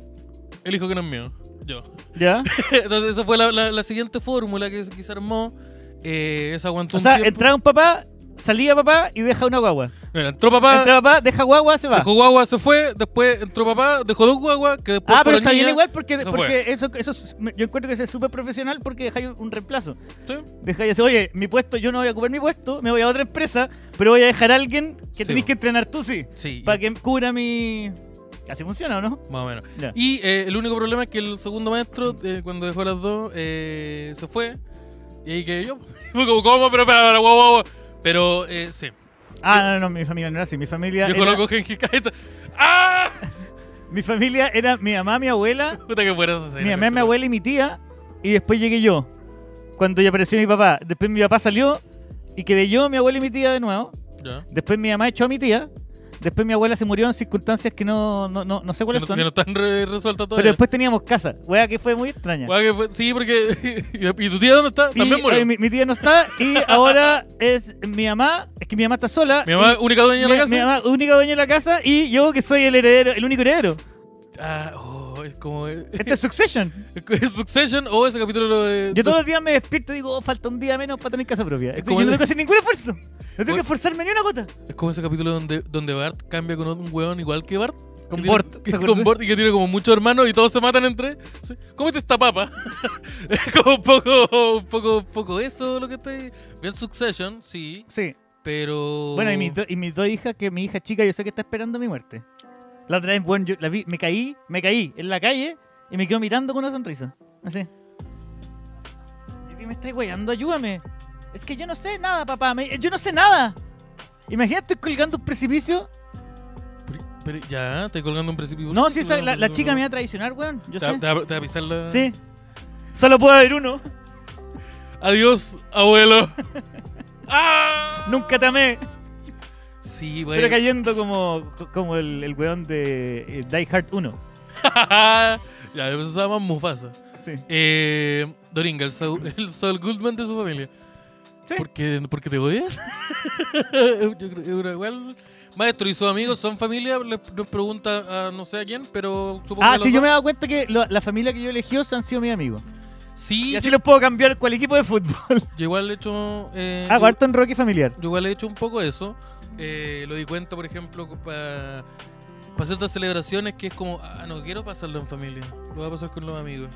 Speaker 2: el hijo que no es mío, yo. *laughs*
Speaker 1: ¿Ya?
Speaker 2: Entonces esa fue la, la- la siguiente fórmula que, se- que se armó. Eh, esa aguantó
Speaker 1: O sea,
Speaker 2: un tiempo.
Speaker 1: entraba un papá, salía papá y deja una guagua.
Speaker 2: Mira, entró papá,
Speaker 1: Entra papá, deja guagua, se va.
Speaker 2: dejó guagua, se fue, después entró papá, dejó dos guaguas, que después
Speaker 1: Ah, pero
Speaker 2: fueron
Speaker 1: está bien
Speaker 2: niñas.
Speaker 1: igual porque,
Speaker 2: Eso
Speaker 1: porque eso, eso es- me- yo encuentro que es súper profesional porque dejáis un, un reemplazo.
Speaker 2: Sí.
Speaker 1: Dejáis así, oye, mi puesto, yo no voy a ocupar mi puesto, me voy a otra empresa, pero voy a dejar a alguien que
Speaker 2: Sí,
Speaker 1: tenéis
Speaker 2: bo.
Speaker 1: que entrenar tú sí,
Speaker 2: Sí,
Speaker 1: para que cubra mi, Así funciona, ¿o no?
Speaker 2: Más o menos.
Speaker 1: Ya.
Speaker 2: Y eh, el único problema es que el segundo maestro, eh, cuando dejó las dos, eh, se fue. Y ahí quedé yo. *laughs* Fue como, ¿cómo? Pero, pero, pero, guau, guau, guau. Pero, eh, sí.
Speaker 1: Ah, no, no, mi familia no era así. Mi familia,
Speaker 2: Yo
Speaker 1: era,
Speaker 2: coloco Genji Kai. ¡Ah!
Speaker 1: mi familia era mi mamá, mi abuela,
Speaker 2: Puta que fuera esa
Speaker 1: mi mamá, mi abuela y mi tía. Y después llegué yo. Cuando ya apareció mi papá. Después mi papá salió y quedé yo, mi abuela y mi tía de nuevo.
Speaker 2: Ya.
Speaker 1: Después mi mamá echó a mi tía. Después mi abuela se murió en circunstancias que no, no, no, no sé
Speaker 2: Que
Speaker 1: cuáles
Speaker 2: no,
Speaker 1: son.
Speaker 2: que no están re- resueltas
Speaker 1: pero
Speaker 2: todavía.
Speaker 1: después teníamos casa, weá, que fue muy extraña.
Speaker 2: Guau, que fue- sí, porque. *laughs* ¿Y tu tía dónde está? También
Speaker 1: Y,
Speaker 2: murió.
Speaker 1: eh, mi, mi tía no está y ahora es mi mamá. Es que mi mamá está sola.
Speaker 2: Mi mamá, única
Speaker 1: y-
Speaker 2: dueña de
Speaker 1: mi-
Speaker 2: la casa.
Speaker 1: mi mamá, única dueña de la casa y yo que soy el heredero, el único heredero.
Speaker 2: Ah, oh, es como.
Speaker 1: Este
Speaker 2: *laughs*
Speaker 1: es Succession.
Speaker 2: ¿Es Succession o ese capítulo de.
Speaker 1: Yo todos los días me despierto y digo, "Oh, falta un día menos para tener casa propia.
Speaker 2: Es
Speaker 1: Entonces,
Speaker 2: como
Speaker 1: yo
Speaker 2: el-
Speaker 1: no tengo que hacer ningún esfuerzo. No tengo
Speaker 2: Bueno.
Speaker 1: que esforzarme ni una gota.
Speaker 2: Es como ese capítulo donde, donde Bart cambia con un weón igual que Bart.
Speaker 1: Con
Speaker 2: que tiene-
Speaker 1: Bort.
Speaker 2: que-
Speaker 1: ¿te acuerdas?
Speaker 2: con Bort y que tiene como muchos hermanos y todos se matan entre. sí. Cómete esta papa. *laughs* es como un poco, un poco, un poco eso lo que estoy. Bien Succession, sí,
Speaker 1: Sí.
Speaker 2: pero.
Speaker 1: Bueno, y mis, do- y mis dos hijas, que mi hija chica yo sé que está esperando mi muerte. La otra vez, bueno, yo la vi, me caí, me caí en la calle y me quedo mirando con una sonrisa. Así. Y dije, me estás weyando, ayúdame. Es que yo no sé nada, papá. me- yo no sé nada. Imagínate, estoy colgando un precipicio.
Speaker 2: Pero, pero ya, estoy colgando un precipicio.
Speaker 1: No, si esa, la, la chica me va a traicionar, weón. Yo
Speaker 2: Te va-
Speaker 1: sé.
Speaker 2: te va te va a pisar la.
Speaker 1: Sí. Solo puede haber uno.
Speaker 2: Adiós,
Speaker 1: *laughs*
Speaker 2: abuelo. ¡Ah!
Speaker 1: Nunca te amé.
Speaker 2: Sí,
Speaker 1: Pero
Speaker 2: bueno.
Speaker 1: cayendo como, como el, el weón de eh, Die Hard 1.
Speaker 2: *laughs* ya, yo pensaba más Mufasa.
Speaker 1: Sí.
Speaker 2: Eh, Doringa, el Saul, *laughs* el Saul Goodman de su familia.
Speaker 1: Sí.
Speaker 2: ¿Por qué, por qué te odian? *laughs* Yo creo que era igual. Maestro, ¿y sus amigos son familia? Le- Nos pregunta a no sé a quién, pero supongo
Speaker 1: Ah,
Speaker 2: que los
Speaker 1: sí, yo
Speaker 2: dos-
Speaker 1: me he dado cuenta que lo- la familia que yo elegí han sido mis amigos.
Speaker 2: Sí,
Speaker 1: Y así
Speaker 2: yo,
Speaker 1: los puedo cambiar cual equipo de fútbol.
Speaker 2: yo igual he hecho... eh,
Speaker 1: Hago
Speaker 2: yo-
Speaker 1: harto en Rocky familiar.
Speaker 2: Yo igual he hecho un poco eso. Eh, lo di cuenta, por ejemplo, para ciertas celebraciones que es como, ah, no quiero pasarlo en familia, lo voy a pasar con los amigos.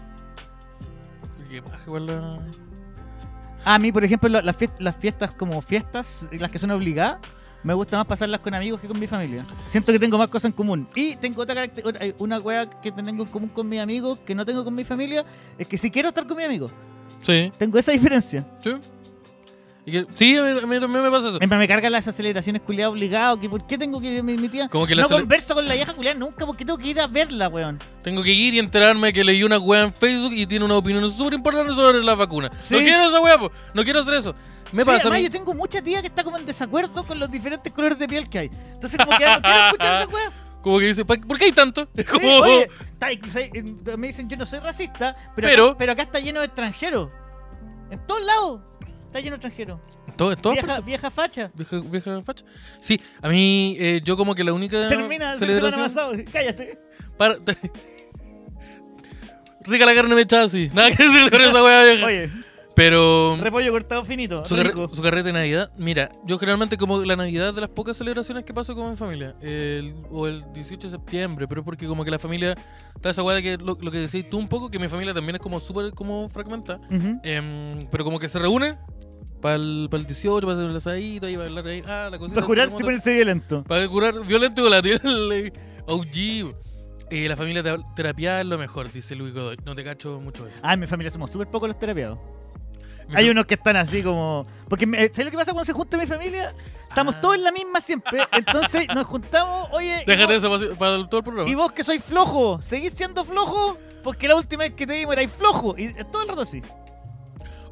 Speaker 2: Porque paja igual eh, la-
Speaker 1: A mí, por ejemplo, la- las, fies- las fiestas como fiestas, las que son obligadas, me gusta más pasarlas con amigos que con mi familia. Siento que tengo más cosas en común. Y tengo otra caracter- otra- eh, una wea que tengo en común con mis amigos, que no tengo con mi familia, es que si quiero estar con mis amigos,
Speaker 2: Sí,
Speaker 1: tengo esa diferencia.
Speaker 2: sí. Y que- sí, a mí, a mí también me pasa eso.
Speaker 1: Me, me cargan las aceleraciones culiadas obligadas, que por qué tengo que ir a mi, mi tía.
Speaker 2: Como que la
Speaker 1: No
Speaker 2: cele-
Speaker 1: converso con la vieja culiada nunca porque tengo que ir a verla, weón.
Speaker 2: tengo que ir y enterarme que leí una weá en Facebook y tiene una opinión súper importante sobre las vacunas.
Speaker 1: Sí.
Speaker 2: No quiero esa weá, po. no quiero hacer eso. Me
Speaker 1: Sí,
Speaker 2: pasa.
Speaker 1: además yo tengo mucha tía que está como en desacuerdo con los diferentes colores de piel que hay. Entonces como que ya no quiero escuchar esa
Speaker 2: *laughs*
Speaker 1: weá.
Speaker 2: Como que dice, "¿Pa- ¿por qué hay tanto? Es
Speaker 1: Sí,
Speaker 2: *laughs* como-
Speaker 1: oye, está ahí, soy- eh, me dicen yo no soy racista, pero,
Speaker 2: Pero-
Speaker 1: acá, pero acá está lleno de extranjeros. En todos lados está lleno de extranjeros.
Speaker 2: todo, todo
Speaker 1: Vieja, vieja facha.
Speaker 2: Vieja, vieja facha. Sí, a mí, eh, yo como que la única.
Speaker 1: Termina el semana
Speaker 2: celebración.
Speaker 1: pasado. *laughs* Cállate.
Speaker 2: Para- *laughs* Rica la carne mechada así. Nada que decir con esa wea vieja.
Speaker 1: Oye,
Speaker 2: Pero.
Speaker 1: repollo cortado finito.
Speaker 2: Su, carre-
Speaker 1: rico.
Speaker 2: su carrete de Navidad, mira, yo generalmente como la Navidad de las pocas celebraciones que paso con mi familia, el- o el 18 de septiembre, pero es porque como que la familia, está esa weá de que lo, lo que decís tú un poco, que mi familia también es como súper como fragmentada,
Speaker 1: Ujú.
Speaker 2: Em, pero como que se reúne para el, 18, para hacer el asadito, ahí para hablar ahí, ah, la cosita.
Speaker 1: Para jurar
Speaker 2: el
Speaker 1: si
Speaker 2: terremoto.
Speaker 1: ponerse violento.
Speaker 2: Para curar violento con la tele. OG. Eh, la familia te- terapia es lo mejor, dice Luis Godoy. No te cacho mucho eso.
Speaker 1: Ah, en mi familia somos súper pocos los terapiados. Hay unos que están así como. Porque, me- ¿sabes lo que pasa cuando se junta mi familia? Estamos
Speaker 2: Ah.
Speaker 1: todos en la misma siempre. Entonces nos juntamos, oye. y
Speaker 2: Déjate
Speaker 1: vos-
Speaker 2: eso para, para todo el programa.
Speaker 1: y, vos que sois flojo, ¿seguís siendo flojo? Porque la última vez que te vimos erais flojo. Y todo el rato así.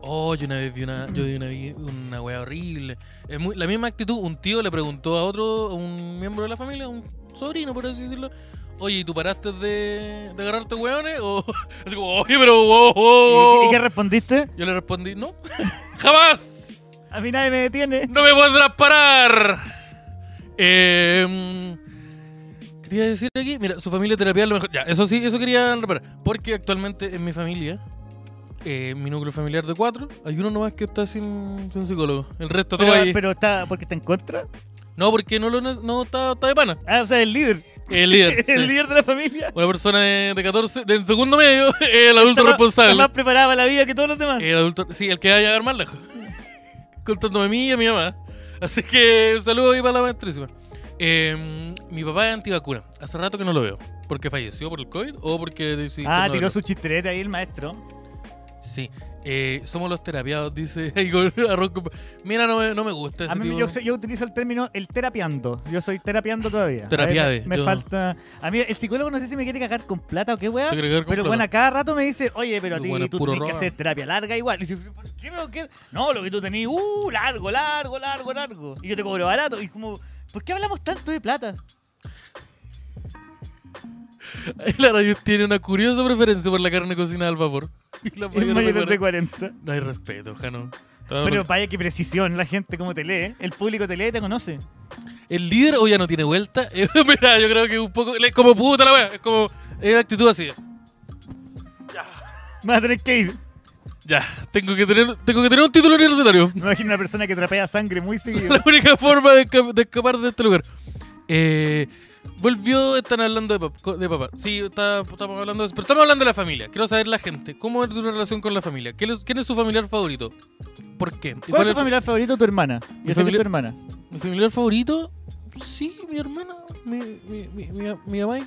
Speaker 2: Oh, yo una vez vi una, yo vi una, vi- una wea horrible. Es muy- la misma actitud, un tío le preguntó a otro, a un miembro de la familia, un sobrino, por así decirlo. Oye, ¿y tú paraste de, de agarrarte hueones? *laughs* O, así como, oye, pero... oh,
Speaker 1: ¿Y,
Speaker 2: oh, oh".
Speaker 1: qué- y qué respondiste?
Speaker 2: Yo le respondí, no, *laughs* jamás.
Speaker 1: A mí nadie me detiene.
Speaker 2: ¡No me podrás parar! Eh, mm, quería decir aquí, mira, su familia terapia es lo mejor. Ya, eso sí, eso quería reparar. Porque actualmente en mi familia, eh, mi núcleo familiar de cuatro, hay uno nomás que está sin, sin psicólogo. El resto todo
Speaker 1: Pero,
Speaker 2: ahí.
Speaker 1: pero está porque está en contra.
Speaker 2: No, porque no lo ne- no está, está de pana.
Speaker 1: Ah, o sea, el líder.
Speaker 2: El líder.
Speaker 1: *laughs* el
Speaker 2: sí.
Speaker 1: líder de la familia.
Speaker 2: Una persona de, de 14, de segundo medio, *laughs* el
Speaker 1: Está
Speaker 2: adulto
Speaker 1: más-
Speaker 2: responsable. Eh,
Speaker 1: Está más preparada para la vida que todos los demás.
Speaker 2: El adulto, sí, el que vaya a llegar más lejos. Contándome a mí y a mi mamá. Así que un saludo ahí para la maestrísima. Eh, mi papá es antivacuna. Hace rato que no lo veo. ¿Porque falleció por el COVID o porque decidió
Speaker 1: ah,
Speaker 2: no
Speaker 1: tiró
Speaker 2: verlo?
Speaker 1: su chistereta ahí el maestro.
Speaker 2: Sí. Eh, somos los terapiados, dice *laughs* Igor Arroz con- Mira, no me, no me gusta ese
Speaker 1: A mí
Speaker 2: tipo.
Speaker 1: yo, sé- yo utilizo el término el terapiando. Yo soy terapiando todavía. A
Speaker 2: Terapiade,
Speaker 1: ver, Me, me
Speaker 2: yo-
Speaker 1: falta. A mí el psicólogo no sé si me quiere cagar con plata o qué weá.
Speaker 2: Te quiero quedar con
Speaker 1: Pero
Speaker 2: plata.
Speaker 1: bueno, a cada rato me dice, oye, pero a
Speaker 2: Pero
Speaker 1: ti
Speaker 2: bueno, es
Speaker 1: tú
Speaker 2: puro
Speaker 1: tenés que
Speaker 2: roba.
Speaker 1: hacer terapia larga igual. Y dice, "¿Pero ¿por qué no? ¿Qué? No, lo que tú tenés, uh, largo, largo, largo, largo. Y yo te cobro barato. Y como, ¿por qué hablamos tanto de plata?
Speaker 2: *laughs* La radio tiene una curiosa preferencia por la carne cocinada al vapor. *laughs* Y la
Speaker 1: Es
Speaker 2: paella
Speaker 1: mayor de
Speaker 2: preparada.
Speaker 1: 40.
Speaker 2: No hay respeto, Jano.
Speaker 1: Pero vaya que precisión, la gente como te lee, ¿eh? el público te lee y te conoce.
Speaker 2: El líder hoy ya no tiene vuelta. *laughs* Eh, Mira, yo creo que un poco. Es como puta la wea. Es como. Es una actitud así.
Speaker 1: Me vas a tener que ir.
Speaker 2: Ya, tengo que tener, tengo que tener un título universitario.
Speaker 1: Me imagino una persona que trapea sangre muy
Speaker 2: *laughs*
Speaker 1: seguido.
Speaker 2: La única forma de, esca- de escapar de este lugar. Eh, volvió, están hablando de, pap- de papá. Sí, está- estamos hablando de eso. Pero estamos hablando de la familia. Quiero saber la gente. ¿Cómo es tu relación con la familia? ¿Quién es, quién es su familiar favorito? ¿Por qué? ¿Y
Speaker 1: ¿Cuál es
Speaker 2: el
Speaker 1: tu familiar favorito tu hermana? Yo
Speaker 2: Mi
Speaker 1: sé que es
Speaker 2: familia-
Speaker 1: tu hermana.
Speaker 2: fa- ¿Mi familiar favorito? Sí, mi hermana. Mi, mi, mi, mi, mi mamá. y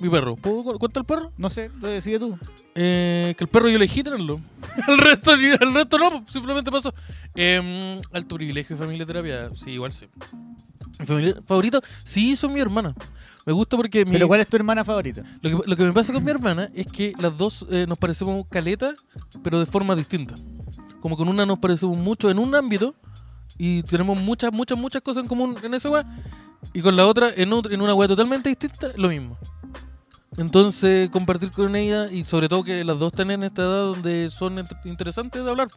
Speaker 2: Mi perro. ¿Puedo cu- contar el perro?
Speaker 1: No sé, lo decide tú.
Speaker 2: Eh, que el perro yo elegí tenerlo. *laughs* El resto, ni- el resto no, simplemente pasó. Eh, alto privilegio, familia terapia. Sí, igual sí. Mi familia favorito, sí, son mi hermana. Me gusta porque mi,
Speaker 1: Pero ¿cuál es tu hermana favorita?
Speaker 2: lo, que, lo que me pasa con mi hermana es que las dos eh, nos parecemos caleta, pero de forma distinta. Como con una nos parecemos mucho en un ámbito y tenemos muchas, muchas, muchas cosas en común en esa weá. Y con la otra, en, otra- en una weá totalmente distinta, lo mismo. Entonces, compartir con ella y sobre todo que las dos tienen esta edad donde son int- interesantes de hablar.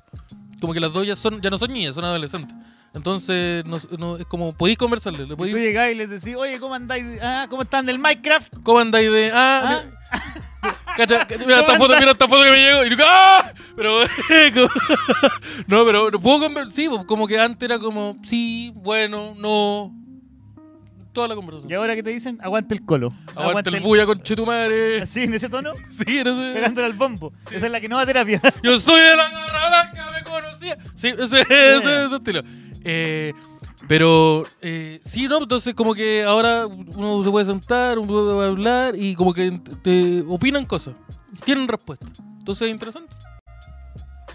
Speaker 2: Como que las dos ya, son, ya no son niñas, son adolescentes. Entonces, no, no- es como, podéis conversarle, le
Speaker 1: Tú
Speaker 2: podéis
Speaker 1: llegás y les decís, oye, ¿cómo andáis? Ah, ¿cómo están del Minecraft?
Speaker 2: ¿Cómo andáis de.? Ah,
Speaker 1: Ah.
Speaker 2: mira- *laughs* Cacha, cacha, mira esta
Speaker 1: ¿Cómo
Speaker 2: foto,
Speaker 1: andáis?
Speaker 2: mira esta foto que me llegó. Y yo, ¡ah! Pero. como- *laughs* no, pero no puedo conversar. Sí, pues, como que antes era como, sí, bueno, no. Toda la
Speaker 1: ¿Y
Speaker 2: conversación.
Speaker 1: ahora qué te dicen? Aguante el colo.
Speaker 2: Aguanta el bulla con
Speaker 1: *laughs*
Speaker 2: chetumare.
Speaker 1: Así, en ese tono,
Speaker 2: *laughs* Sí, no *laughs* sé.
Speaker 1: pegándole al bombo. Esa es la que no va a terapia. *laughs*
Speaker 2: Yo soy de la garra blanca, me conocía. Sí, ese, ese, ese estilo. Eh, pero eh, sí, ¿no? Entonces como que ahora uno se puede sentar, uno puede hablar y como que te opinan cosas. Tienen respuesta. Entonces es interesante.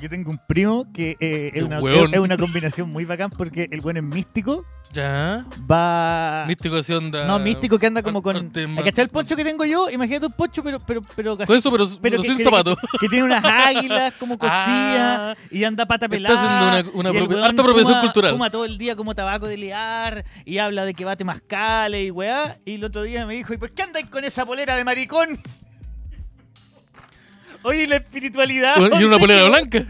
Speaker 1: Yo tengo un primo que eh,
Speaker 2: Qué
Speaker 1: es, una,
Speaker 2: hueón.
Speaker 1: es una combinación muy bacán porque el bueno es místico,
Speaker 2: Ya.
Speaker 1: va...
Speaker 2: Místico así onda.
Speaker 1: No, místico que anda como
Speaker 2: Ar-
Speaker 1: con...
Speaker 2: arte
Speaker 1: ¿Hay cachado el poncho que tengo yo? Imagínate un poncho, pero... pero, pero casi-
Speaker 2: Con eso, pero, pero
Speaker 1: que-
Speaker 2: sin
Speaker 1: que- *laughs*
Speaker 2: zapatos.
Speaker 1: Que tiene unas águilas como cositas.
Speaker 2: Ah,
Speaker 1: Y anda pata
Speaker 2: Está
Speaker 1: pelada.
Speaker 2: haciendo una- una
Speaker 1: y el
Speaker 2: apropi-
Speaker 1: weón
Speaker 2: harta apropiación
Speaker 1: fuma-
Speaker 2: cultural.
Speaker 1: Fuma todo el día como tabaco de liar y habla de que bate mascales y weá. Y el otro día me dijo, ¿y por qué andáis con esa polera de maricón? Oye, ¿y la espiritualidad.
Speaker 2: y era una
Speaker 1: Ah, ¿Dónde
Speaker 2: polera
Speaker 1: quedó?
Speaker 2: blanca.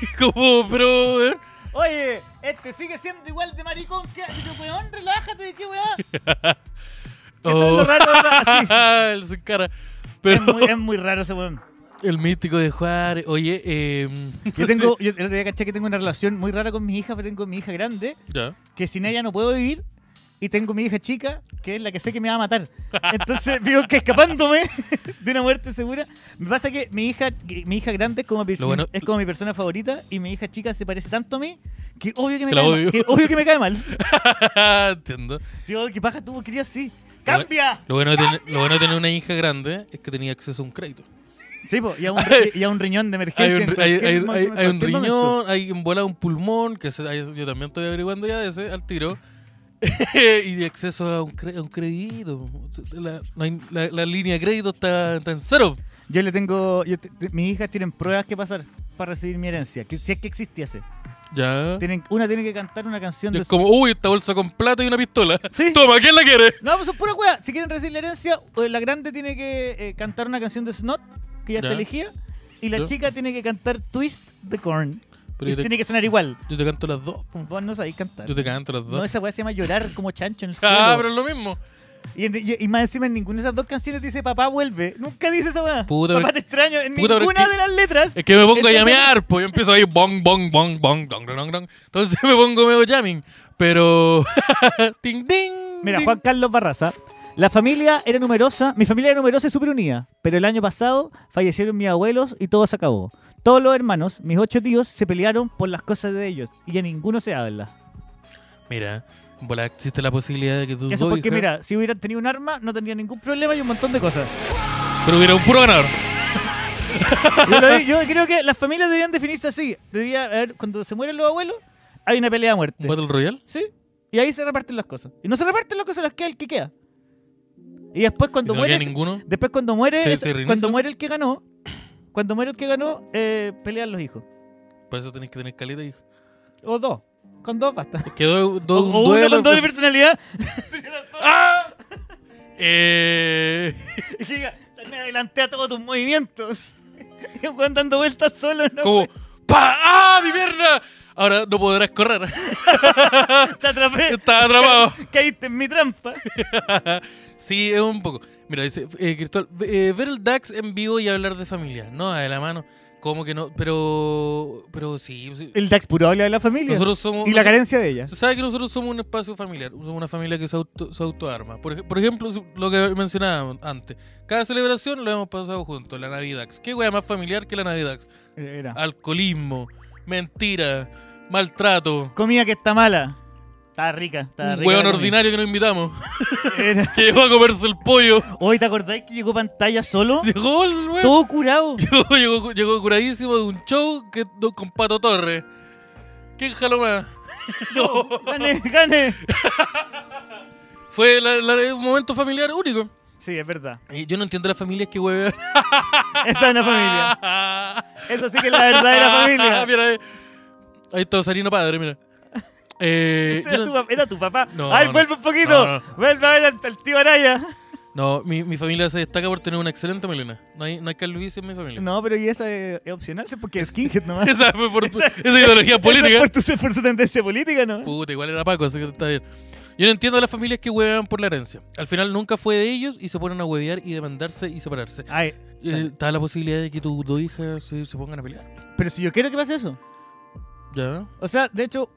Speaker 2: *laughs* como, pero... eh,
Speaker 1: Oye, este sigue siendo igual de maricón que. Y yo, weón, relájate de qué weá. Eso es
Speaker 2: oh. *laughs* Ah,
Speaker 1: lo Em. raro, ¿verdad? Sí.
Speaker 2: el sin cara. Pero...
Speaker 1: Es, muy, es muy raro ese weón.
Speaker 2: El mítico de Juárez. Oye, eh.
Speaker 1: Yo
Speaker 2: *laughs*
Speaker 1: tengo, yo el otro día caché que tengo una relación muy rara con mi hija, porque tengo mi hija grande.
Speaker 2: Ya.
Speaker 1: que sin ella no puedo vivir y tengo mi hija chica, que es la que sé que me va a matar. Entonces *laughs* digo que escapándome de una muerte segura, me pasa que mi hija, mi hija grande es como, mi-
Speaker 2: Lo bueno-
Speaker 1: es como mi persona favorita y mi hija chica se parece tanto a mí que obvio que me,
Speaker 2: Que la
Speaker 1: cae,
Speaker 2: odio.
Speaker 1: mal, que obvio que me cae mal.
Speaker 2: *laughs* Entiendo.
Speaker 1: Si digo, que paja tuvo quería así.
Speaker 2: *laughs*
Speaker 1: ¡Cambia!
Speaker 2: Lo bueno, de tener, lo bueno de tener una hija grande es que tenía acceso a un crédito.
Speaker 1: Sí, po, y, a un, ri- y a un riñón de
Speaker 2: *laughs* Hay
Speaker 1: emergencia. en
Speaker 2: un, hay,
Speaker 1: cualquier
Speaker 2: hay-
Speaker 1: mo-
Speaker 2: hay-
Speaker 1: en
Speaker 2: hay un
Speaker 1: cualquier momento.
Speaker 2: riñón, hay en bola un pulmón, que se- ahí yo también estoy averiguando ya de ese al tiro. *laughs* y de acceso a un, cre- a un crédito. La, no hay- la- la línea de crédito está, está en cero.
Speaker 1: Yo le tengo. yo te- te- mis hijas tienen pruebas que pasar para recibir mi herencia, que si es que existiese.
Speaker 2: Ya.
Speaker 1: Tienen, una tiene que cantar una canción
Speaker 2: Y
Speaker 1: de
Speaker 2: Es como, uy, esta bolsa con plata y una pistola.
Speaker 1: Sí.
Speaker 2: *laughs* Toma, ¿quién la quiere?
Speaker 1: No, pues es pura weá. Si quieren recibir la herencia, eh, la grande tiene que eh, cantar una canción de Snot, que ya,
Speaker 2: Ya.
Speaker 1: te elegía, y la
Speaker 2: Ya.
Speaker 1: chica tiene que cantar Twist the Corn.
Speaker 2: Pero
Speaker 1: y
Speaker 2: yo te,
Speaker 1: tiene que sonar igual.
Speaker 2: yo te canto las dos. po.
Speaker 1: Vos no sabéis cantar.
Speaker 2: Yo te canto las dos.
Speaker 1: No, esa weá se llama llorar como chancho en el suelo.
Speaker 2: *laughs* ah, pero es lo mismo.
Speaker 1: y, en- y- y más encima en ninguna de esas dos canciones dice papá vuelve. Nunca dice esa weá.
Speaker 2: Puta,
Speaker 1: papá
Speaker 2: pero-
Speaker 1: te extraño. En
Speaker 2: puta, pero
Speaker 1: ninguna
Speaker 2: es que-
Speaker 1: de las letras.
Speaker 2: Es que me pongo a
Speaker 1: Entonces-
Speaker 2: llamear, pues yo empiezo ahí bong, bong, bong, bong, dong, dong, dong, dong. Entonces *laughs* me pongo medio jamming. Pero. *laughs* ting, ding.
Speaker 1: Mira,
Speaker 2: ding.
Speaker 1: Juan Carlos Barraza. La familia era numerosa, mi familia era numerosa y súper unida, pero el año pasado fallecieron mis abuelos y todo se acabó. Todos los hermanos, mis ocho tíos, se pelearon por las cosas de ellos y a ninguno se habla.
Speaker 2: Mira, Bueno, existe la posibilidad de que tú
Speaker 1: Eso
Speaker 2: dos
Speaker 1: porque,
Speaker 2: hijas-
Speaker 1: mira, si hubieran tenido un arma, no tendrían ningún problema y un montón de
Speaker 2: *laughs*
Speaker 1: cosas.
Speaker 2: Pero hubiera un puro ganador.
Speaker 1: Yo, lo di- yo creo que las familias deberían definirse así. Debería haber, cuando se mueren los abuelos, hay una pelea a
Speaker 2: Un
Speaker 1: muerte.
Speaker 2: Battle Royale.
Speaker 1: ¿Sí? Y ahí se reparten las cosas. Y no se reparten las cosas, las queda el que queda. Y después
Speaker 2: Y
Speaker 1: cuando
Speaker 2: si no queda
Speaker 1: muere,
Speaker 2: ninguno.
Speaker 1: después cuando muere,
Speaker 2: ¿Se-
Speaker 1: es-
Speaker 2: se reinicia?
Speaker 1: cuando muere el que ganó, cuando muere el que ganó, eh, pelean los hijos.
Speaker 2: Por eso tenés que tener caleta, hijo.
Speaker 1: O dos. Con dos basta.
Speaker 2: Quedó
Speaker 1: *laughs* O,
Speaker 2: do, un
Speaker 1: o uno
Speaker 2: duelo
Speaker 1: con doble
Speaker 2: con-
Speaker 1: personalidad. *laughs*
Speaker 2: *laughs* ¡Ah! Eh, *laughs*
Speaker 1: Y que diga, me adelanté a todos tus movimientos. *laughs* Y el weón dando vueltas solo, ¿no?
Speaker 2: como. ¡Pa! ¡Ah! ¡Mi pierna! Ahora no podrás correr.
Speaker 1: *laughs*
Speaker 2: *laughs*
Speaker 1: Te atrapé.
Speaker 2: Estás atrapado.
Speaker 1: Caíste en mi trampa.
Speaker 2: sí, es un poco. Mira, dice eh, Cristóbal, ve- eh, ver el DAX en vivo y hablar de familia. No, de la mano. ¿Cómo que no? Pero. Pero sí. sí.
Speaker 1: *laughs* El Dax puro habla de la familia.
Speaker 2: Nosotros somos.
Speaker 1: y la
Speaker 2: nosotros-
Speaker 1: carencia de ella.
Speaker 2: Se sabe que nosotros somos un espacio familiar, somos una familia que se, auto, se autoarma. Por, ej- por ejemplo, su- lo que mencionábamos antes, cada celebración lo hemos pasado juntos, la Navidad. ¿Qué wea más familiar que la Navidad?
Speaker 1: Eh, Era.
Speaker 2: Ah. Alcoholismo, mentira, maltrato,
Speaker 1: Comida que está mala. Está rica, está
Speaker 2: un
Speaker 1: rica.
Speaker 2: hueón
Speaker 1: la comida.
Speaker 2: ordinario que nos invitamos, *laughs*
Speaker 1: *laughs* Era.
Speaker 2: que llegó a comerse el pollo. *laughs*
Speaker 1: Hoy te acordáis que llegó pantalla solo,
Speaker 2: Llegó el hueón,
Speaker 1: todo
Speaker 2: *laughs*
Speaker 1: curado.
Speaker 2: llegó, llegó- llegó curadísimo de un show que, con Pato Torres. ¿Quién jaló más?
Speaker 1: Gane, gane.
Speaker 2: Fue la- la- un momento familiar único.
Speaker 1: Sí, es verdad.
Speaker 2: Y yo no entiendo las familias
Speaker 1: *laughs*
Speaker 2: que huevean.
Speaker 1: Esa es una familia.
Speaker 2: familia.
Speaker 1: Esa sí que es la verdadera *laughs* familia.
Speaker 2: mira, ahí- ahí está Osarino padre, mira. Eh,
Speaker 1: *laughs* Era
Speaker 2: yo
Speaker 1: tu,
Speaker 2: no,
Speaker 1: pap- era tu papá.
Speaker 2: No,
Speaker 1: Ay,
Speaker 2: no.
Speaker 1: vuelve un poquito.
Speaker 2: No, no.
Speaker 1: Vuelve a ver al, al tío Araya.
Speaker 2: no, mi, mi familia se destaca por tener una excelente melena. No hay, no hay Carl Luis en mi familia.
Speaker 1: No, pero y esa es, es opcional, sí, porque es skinhead nomás.
Speaker 2: *laughs* Esa fue por
Speaker 1: *laughs*
Speaker 2: tu-
Speaker 1: Esa-
Speaker 2: esa
Speaker 1: Esa
Speaker 2: ideología
Speaker 1: es
Speaker 2: política.
Speaker 1: Por, tu, por su tendencia política, ¿no?
Speaker 2: Puta, igual era Paco, así que está bien. Yo no entiendo a las familias que huevean por la herencia. Al final nunca fue de ellos y se ponen a huevear y demandarse y separarse.
Speaker 1: Ay,
Speaker 2: Eh, Está la posibilidad de que tus dos hijas se, se pongan a pelear.
Speaker 1: pero si yo quiero que pase eso.
Speaker 2: ¿Ya?
Speaker 1: O sea, de hecho,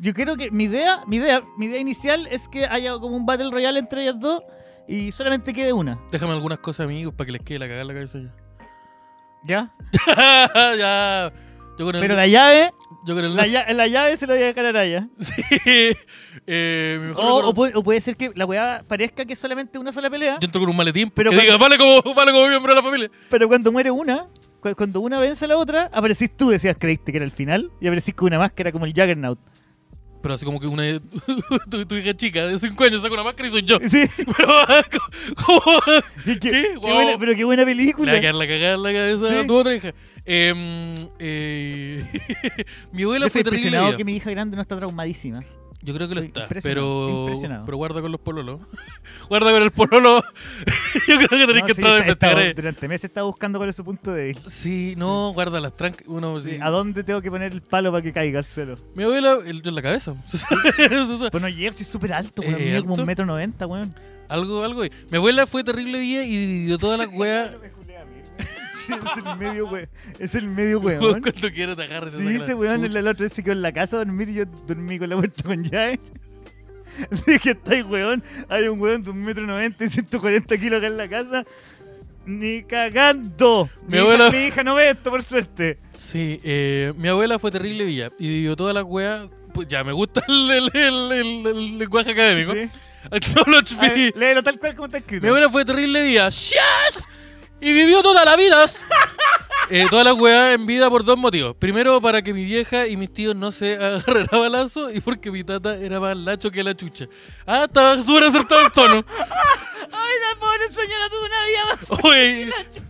Speaker 1: yo creo que mi idea, mi idea, mi idea inicial es que haya como un battle royale entre ellas dos y solamente quede una.
Speaker 2: Déjame algunas cosas, amigos, para que les quede la cagada en la cabeza
Speaker 1: ¿Ya? *laughs*
Speaker 2: ya. ya. Yo con el,
Speaker 1: Pero la llave,
Speaker 2: yo con el
Speaker 1: la, lla- la llave se la voy a dejar a Araya.
Speaker 2: *laughs* Eh, mi
Speaker 1: O,
Speaker 2: mejor recuerdo-
Speaker 1: o puede, o puede ser que la weá parezca que es solamente una sola pelea,
Speaker 2: Yo entro con un maletín
Speaker 1: Pero
Speaker 2: que
Speaker 1: cuando-
Speaker 2: diga, vale como, vale como miembro de la familia.
Speaker 1: pero cuando muere una, cu- cuando una vence a la otra, aparecís tú, decías, creíste que era el final, y aparecís con una máscara como el
Speaker 2: *laughs*
Speaker 1: Juggernaut.
Speaker 2: Pero así como que una *laughs* tu, tu hija chica de 5 años saca una máscara y soy yo.
Speaker 1: Sí,
Speaker 2: Pero, *laughs* ¿cómo?
Speaker 1: qué, qué
Speaker 2: Wow.
Speaker 1: buena- pero qué buena
Speaker 2: Le va a
Speaker 1: película.
Speaker 2: quedar la cagada en la cabeza
Speaker 1: Sí.
Speaker 2: a tu otra hija. Em, eh, *laughs* mi abuela
Speaker 1: Yo
Speaker 2: fue
Speaker 1: estoy
Speaker 2: terrible.
Speaker 1: impresionado
Speaker 2: vida.
Speaker 1: que mi hija grande no está traumadísima.
Speaker 2: Yo creo que lo
Speaker 1: estoy
Speaker 2: está,
Speaker 1: impresionado,
Speaker 2: pero,
Speaker 1: impresionado.
Speaker 2: pero guarda con los pololos. *laughs* guarda con el pololo. *laughs* Yo creo que tenés
Speaker 1: No,
Speaker 2: que
Speaker 1: sí,
Speaker 2: entrar
Speaker 1: está-
Speaker 2: a
Speaker 1: está-
Speaker 2: investigar. eh. ahí.
Speaker 1: durante meses estaba buscando cuál es su punto débil.
Speaker 2: Sí, no, guarda las trancas. Uno, sí.
Speaker 1: Sí, ¿A dónde tengo que poner el palo para que caiga al suelo?
Speaker 2: Mi abuela, el- en la cabeza. *laughs*
Speaker 1: Pues no llega, soy súper alto, weón.
Speaker 2: Eh,
Speaker 1: Mide como
Speaker 2: ¿alto?
Speaker 1: un metro noventa, weón.
Speaker 2: Algo, algo. ahí. Mi abuela fue terrible día y dividió todas las weas.
Speaker 1: *laughs* Sí, es el medio weón. Es el medio
Speaker 2: *laughs* Cuando
Speaker 1: weón.
Speaker 2: quiero te agarras. te
Speaker 1: Sí,
Speaker 2: saca
Speaker 1: ese
Speaker 2: la
Speaker 1: weón
Speaker 2: chucha.
Speaker 1: el otro día se quedó en la casa a dormir y yo dormí con la puerta con llave. *laughs* Dije, estáis weón, hay un weón de un metro noventa y 140 kilos acá en la casa. Ni cagando.
Speaker 2: Mi
Speaker 1: hija-
Speaker 2: abuela-
Speaker 1: mi hija no ve esto, por suerte.
Speaker 2: Sí, eh, mi abuela fue terrible día y dividió todas las weas. Pues ya, me gusta el, el- el- el- el lenguaje académico.
Speaker 1: Sí.
Speaker 2: *laughs* Acknowledge
Speaker 1: A ver,
Speaker 2: me.
Speaker 1: léelo tal cual como está escrito.
Speaker 2: Mi abuela fue terrible día. ¡Yes! Y vivió toda
Speaker 1: *laughs*
Speaker 2: la vida. Eh, todas las weas en vida por dos motivos. Primero, para que mi vieja y mis tíos no se *laughs* agarraran a balazo y porque mi tata era más lacho que la chucha. Ah, estaba súper acertado
Speaker 1: *laughs*
Speaker 2: el tono.
Speaker 1: Ay, la pobre señora tuvo una vida más
Speaker 2: Oye.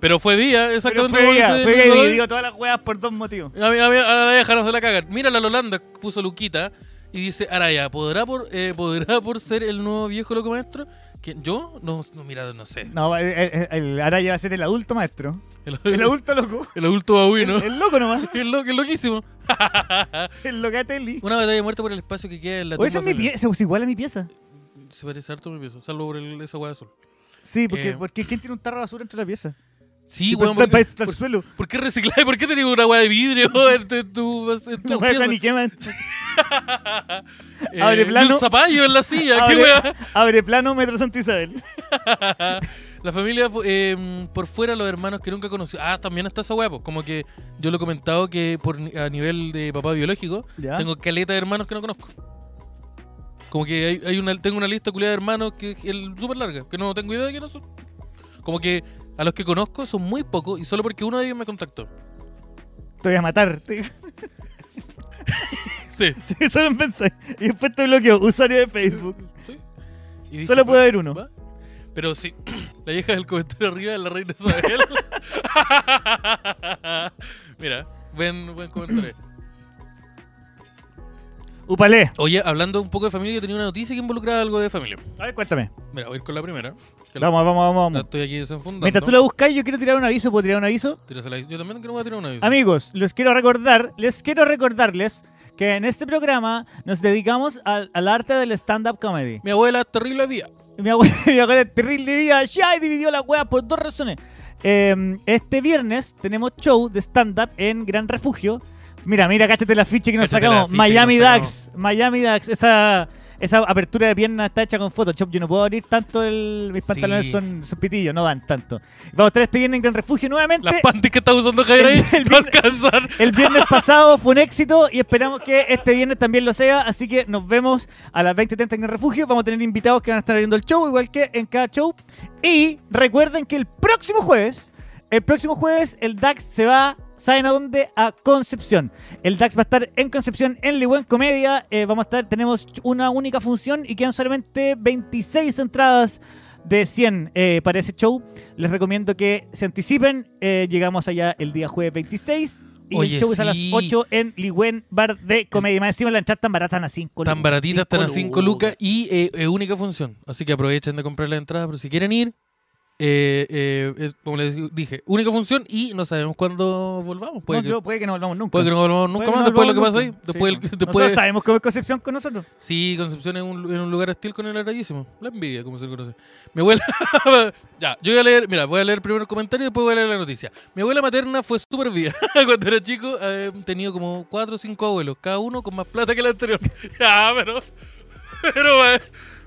Speaker 2: Pero fue día,
Speaker 1: Pero
Speaker 2: exactamente
Speaker 1: fue
Speaker 2: como
Speaker 1: ella,
Speaker 2: dice
Speaker 1: fue ella
Speaker 2: Nicolás.
Speaker 1: y dividió todas las weas por dos motivos.
Speaker 2: A, mí- a mí- a la vieja no se la cagan. Mira la Lolanda, puso Luquita y dice, Araya, ¿podrá por, eh, ¿podrá por ser el nuevo viejo loco maestro? que ¿Yo? No, no, mira, no sé.
Speaker 1: No, el, el- el- ahora ya va a ser el adulto maestro.
Speaker 2: *laughs* El,
Speaker 1: El adulto loco.
Speaker 2: el adulto babuino.
Speaker 1: El, el loco nomás.
Speaker 2: Es lo, es loquísimo.
Speaker 1: El locatelli.
Speaker 2: Una batalla de muerte por el espacio que queda en la
Speaker 1: O esa es
Speaker 2: tumba
Speaker 1: mi
Speaker 2: sola.
Speaker 1: pieza, es igual a mi pieza.
Speaker 2: Se parece harto a mi pieza, salvo por el- esa hueá azul.
Speaker 1: Sí, porque,
Speaker 2: Eh.
Speaker 1: porque ¿quién tiene un tarro de basura entre la pieza?
Speaker 2: Sí,
Speaker 1: pues
Speaker 2: weón,
Speaker 1: está-
Speaker 2: ¿por, qué-
Speaker 1: está- está al
Speaker 2: por- *laughs*
Speaker 1: suelo.
Speaker 2: por qué reciclar? ¿Por qué tenés una hueá de vidrio *laughs* en tu, en tu- en tu
Speaker 1: La wea está
Speaker 2: pieza?
Speaker 1: ni
Speaker 2: *laughs*
Speaker 1: quema.
Speaker 2: Eh,
Speaker 1: Abre
Speaker 2: y
Speaker 1: plano.
Speaker 2: Un zapallo en la silla,
Speaker 1: *laughs*
Speaker 2: qué
Speaker 1: Abre,
Speaker 2: weá.
Speaker 1: abre plano, Metro Santa Isabel.
Speaker 2: La familia eh, por fuera, los hermanos que nunca conoció. Ah, también está esa weá, pues, Como que yo lo he comentado que por, ni- a nivel de papá biológico,
Speaker 1: Ya.
Speaker 2: tengo caleta de hermanos que no conozco. Como que hay, hay una, tengo una lista culiada de hermanos que es súper larga, que no tengo idea de quiénes son. Como que a los que conozco son muy pocos y solo porque uno de ellos me contactó.
Speaker 1: Te voy a matar. *laughs* Te-
Speaker 2: Sí.
Speaker 1: te- Solo en pensar. Y después te bloqueo. Usuario de Facebook.
Speaker 2: Sí. Y dije,
Speaker 1: Solo puede
Speaker 2: "Va,
Speaker 1: haber uno".
Speaker 2: va. Pero sí, *clears throat* la vieja del comentario arriba de la reina Isabel. *laughs* Mira, buen, buen comentario.
Speaker 1: Upalé.
Speaker 2: Oye, hablando un poco de familia, yo tenía una noticia que involucraba algo de familia.
Speaker 1: A ver, cuéntame.
Speaker 2: Mira, voy a ir con la primera. que la-
Speaker 1: Vamos, vamos, vamos.
Speaker 2: la
Speaker 1: vamos.
Speaker 2: estoy aquí desenfundando.
Speaker 1: Mm. Mientras tú la buscas, yo quiero tirar un aviso. ¿Puedo tirar un aviso?
Speaker 2: Tírasela ahí. Yo también creo que voy a tirar una. vez.
Speaker 1: Amigos, les quiero recordar, les quiero recordarles que en este programa nos dedicamos al, al arte del stand-up comedy.
Speaker 2: Mi abuela es terrible día.
Speaker 1: Mi abuela, *laughs* mi abuela terrible día, ya y dividió la wea por dos razones. Eh, este viernes tenemos show de stand-up en Gran Refugio. Mira, mira, cáchate la ficha que nos
Speaker 2: Cáchate la
Speaker 1: sacamos.
Speaker 2: ficha que
Speaker 1: Miami
Speaker 2: nos
Speaker 1: Dax, Miami Dax, esa, esa apertura de pierna está hecha con Photoshop. Yo no puedo abrir tanto, el, mis
Speaker 2: Sí.
Speaker 1: pantalones son, son pitillos, no dan tanto. Vamos a estar este viernes en Gran Refugio nuevamente.
Speaker 2: Las panties que está usando Jair ahí
Speaker 1: El- el
Speaker 2: *laughs* no alcanzan.
Speaker 1: El viernes pasado fue un éxito y esperamos que este viernes también lo sea. Así que nos vemos a las 20.30 en el refugio. Vamos a tener invitados que van a estar viendo el show, igual que en cada show. Y recuerden que el próximo jueves, el próximo jueves, el DAX se va, ¿saben a dónde? A Concepción. El DAX va a estar en Concepción, en Ligüen Comedia. Eh, vamos a estar, tenemos una única función y quedan solamente 26 entradas de 100 eh, para ese show. Les recomiendo que se anticipen. Eh, llegamos allá el día jueves 26. Y
Speaker 2: Oye,
Speaker 1: el show es a las
Speaker 2: sí.
Speaker 1: 8 en Ligüen Bar de Comedia. Y Más encima la entrada tan barata, tan a 5
Speaker 2: Tan baratitas, están a 5 lucas y eh, es única función. Así que aprovechen de comprar la entrada, pero si quieren ir, eh, eh, es- como les dije, única función y no sabemos cuándo volvamos. Puede,
Speaker 1: no,
Speaker 2: que,
Speaker 1: yo- puede que no volvamos nunca.
Speaker 2: puede que no volvamos
Speaker 1: Puede
Speaker 2: nunca
Speaker 1: que
Speaker 2: más,
Speaker 1: no
Speaker 2: después de lo que
Speaker 1: volvamos
Speaker 2: pasa ahí.
Speaker 1: nunca.
Speaker 2: Después,
Speaker 1: Sí. Nosotros
Speaker 2: después,
Speaker 1: sabemos cómo es Concepción con
Speaker 2: *laughs*
Speaker 1: nosotros.
Speaker 2: sí, Concepción es un, en un lugar hostil con el arrayísimo. La envidia, como se le conoce. Mi abuela... *laughs* ya, yo voy a leer, mira, voy a leer primero el comentario y después voy a leer la noticia. Mi abuela materna fue súper viva. *laughs* Cuando era chico, eh, he tenido como 4 o 5 abuelos, cada uno con más plata que el anterior. *laughs* ya, pero... Pero eh,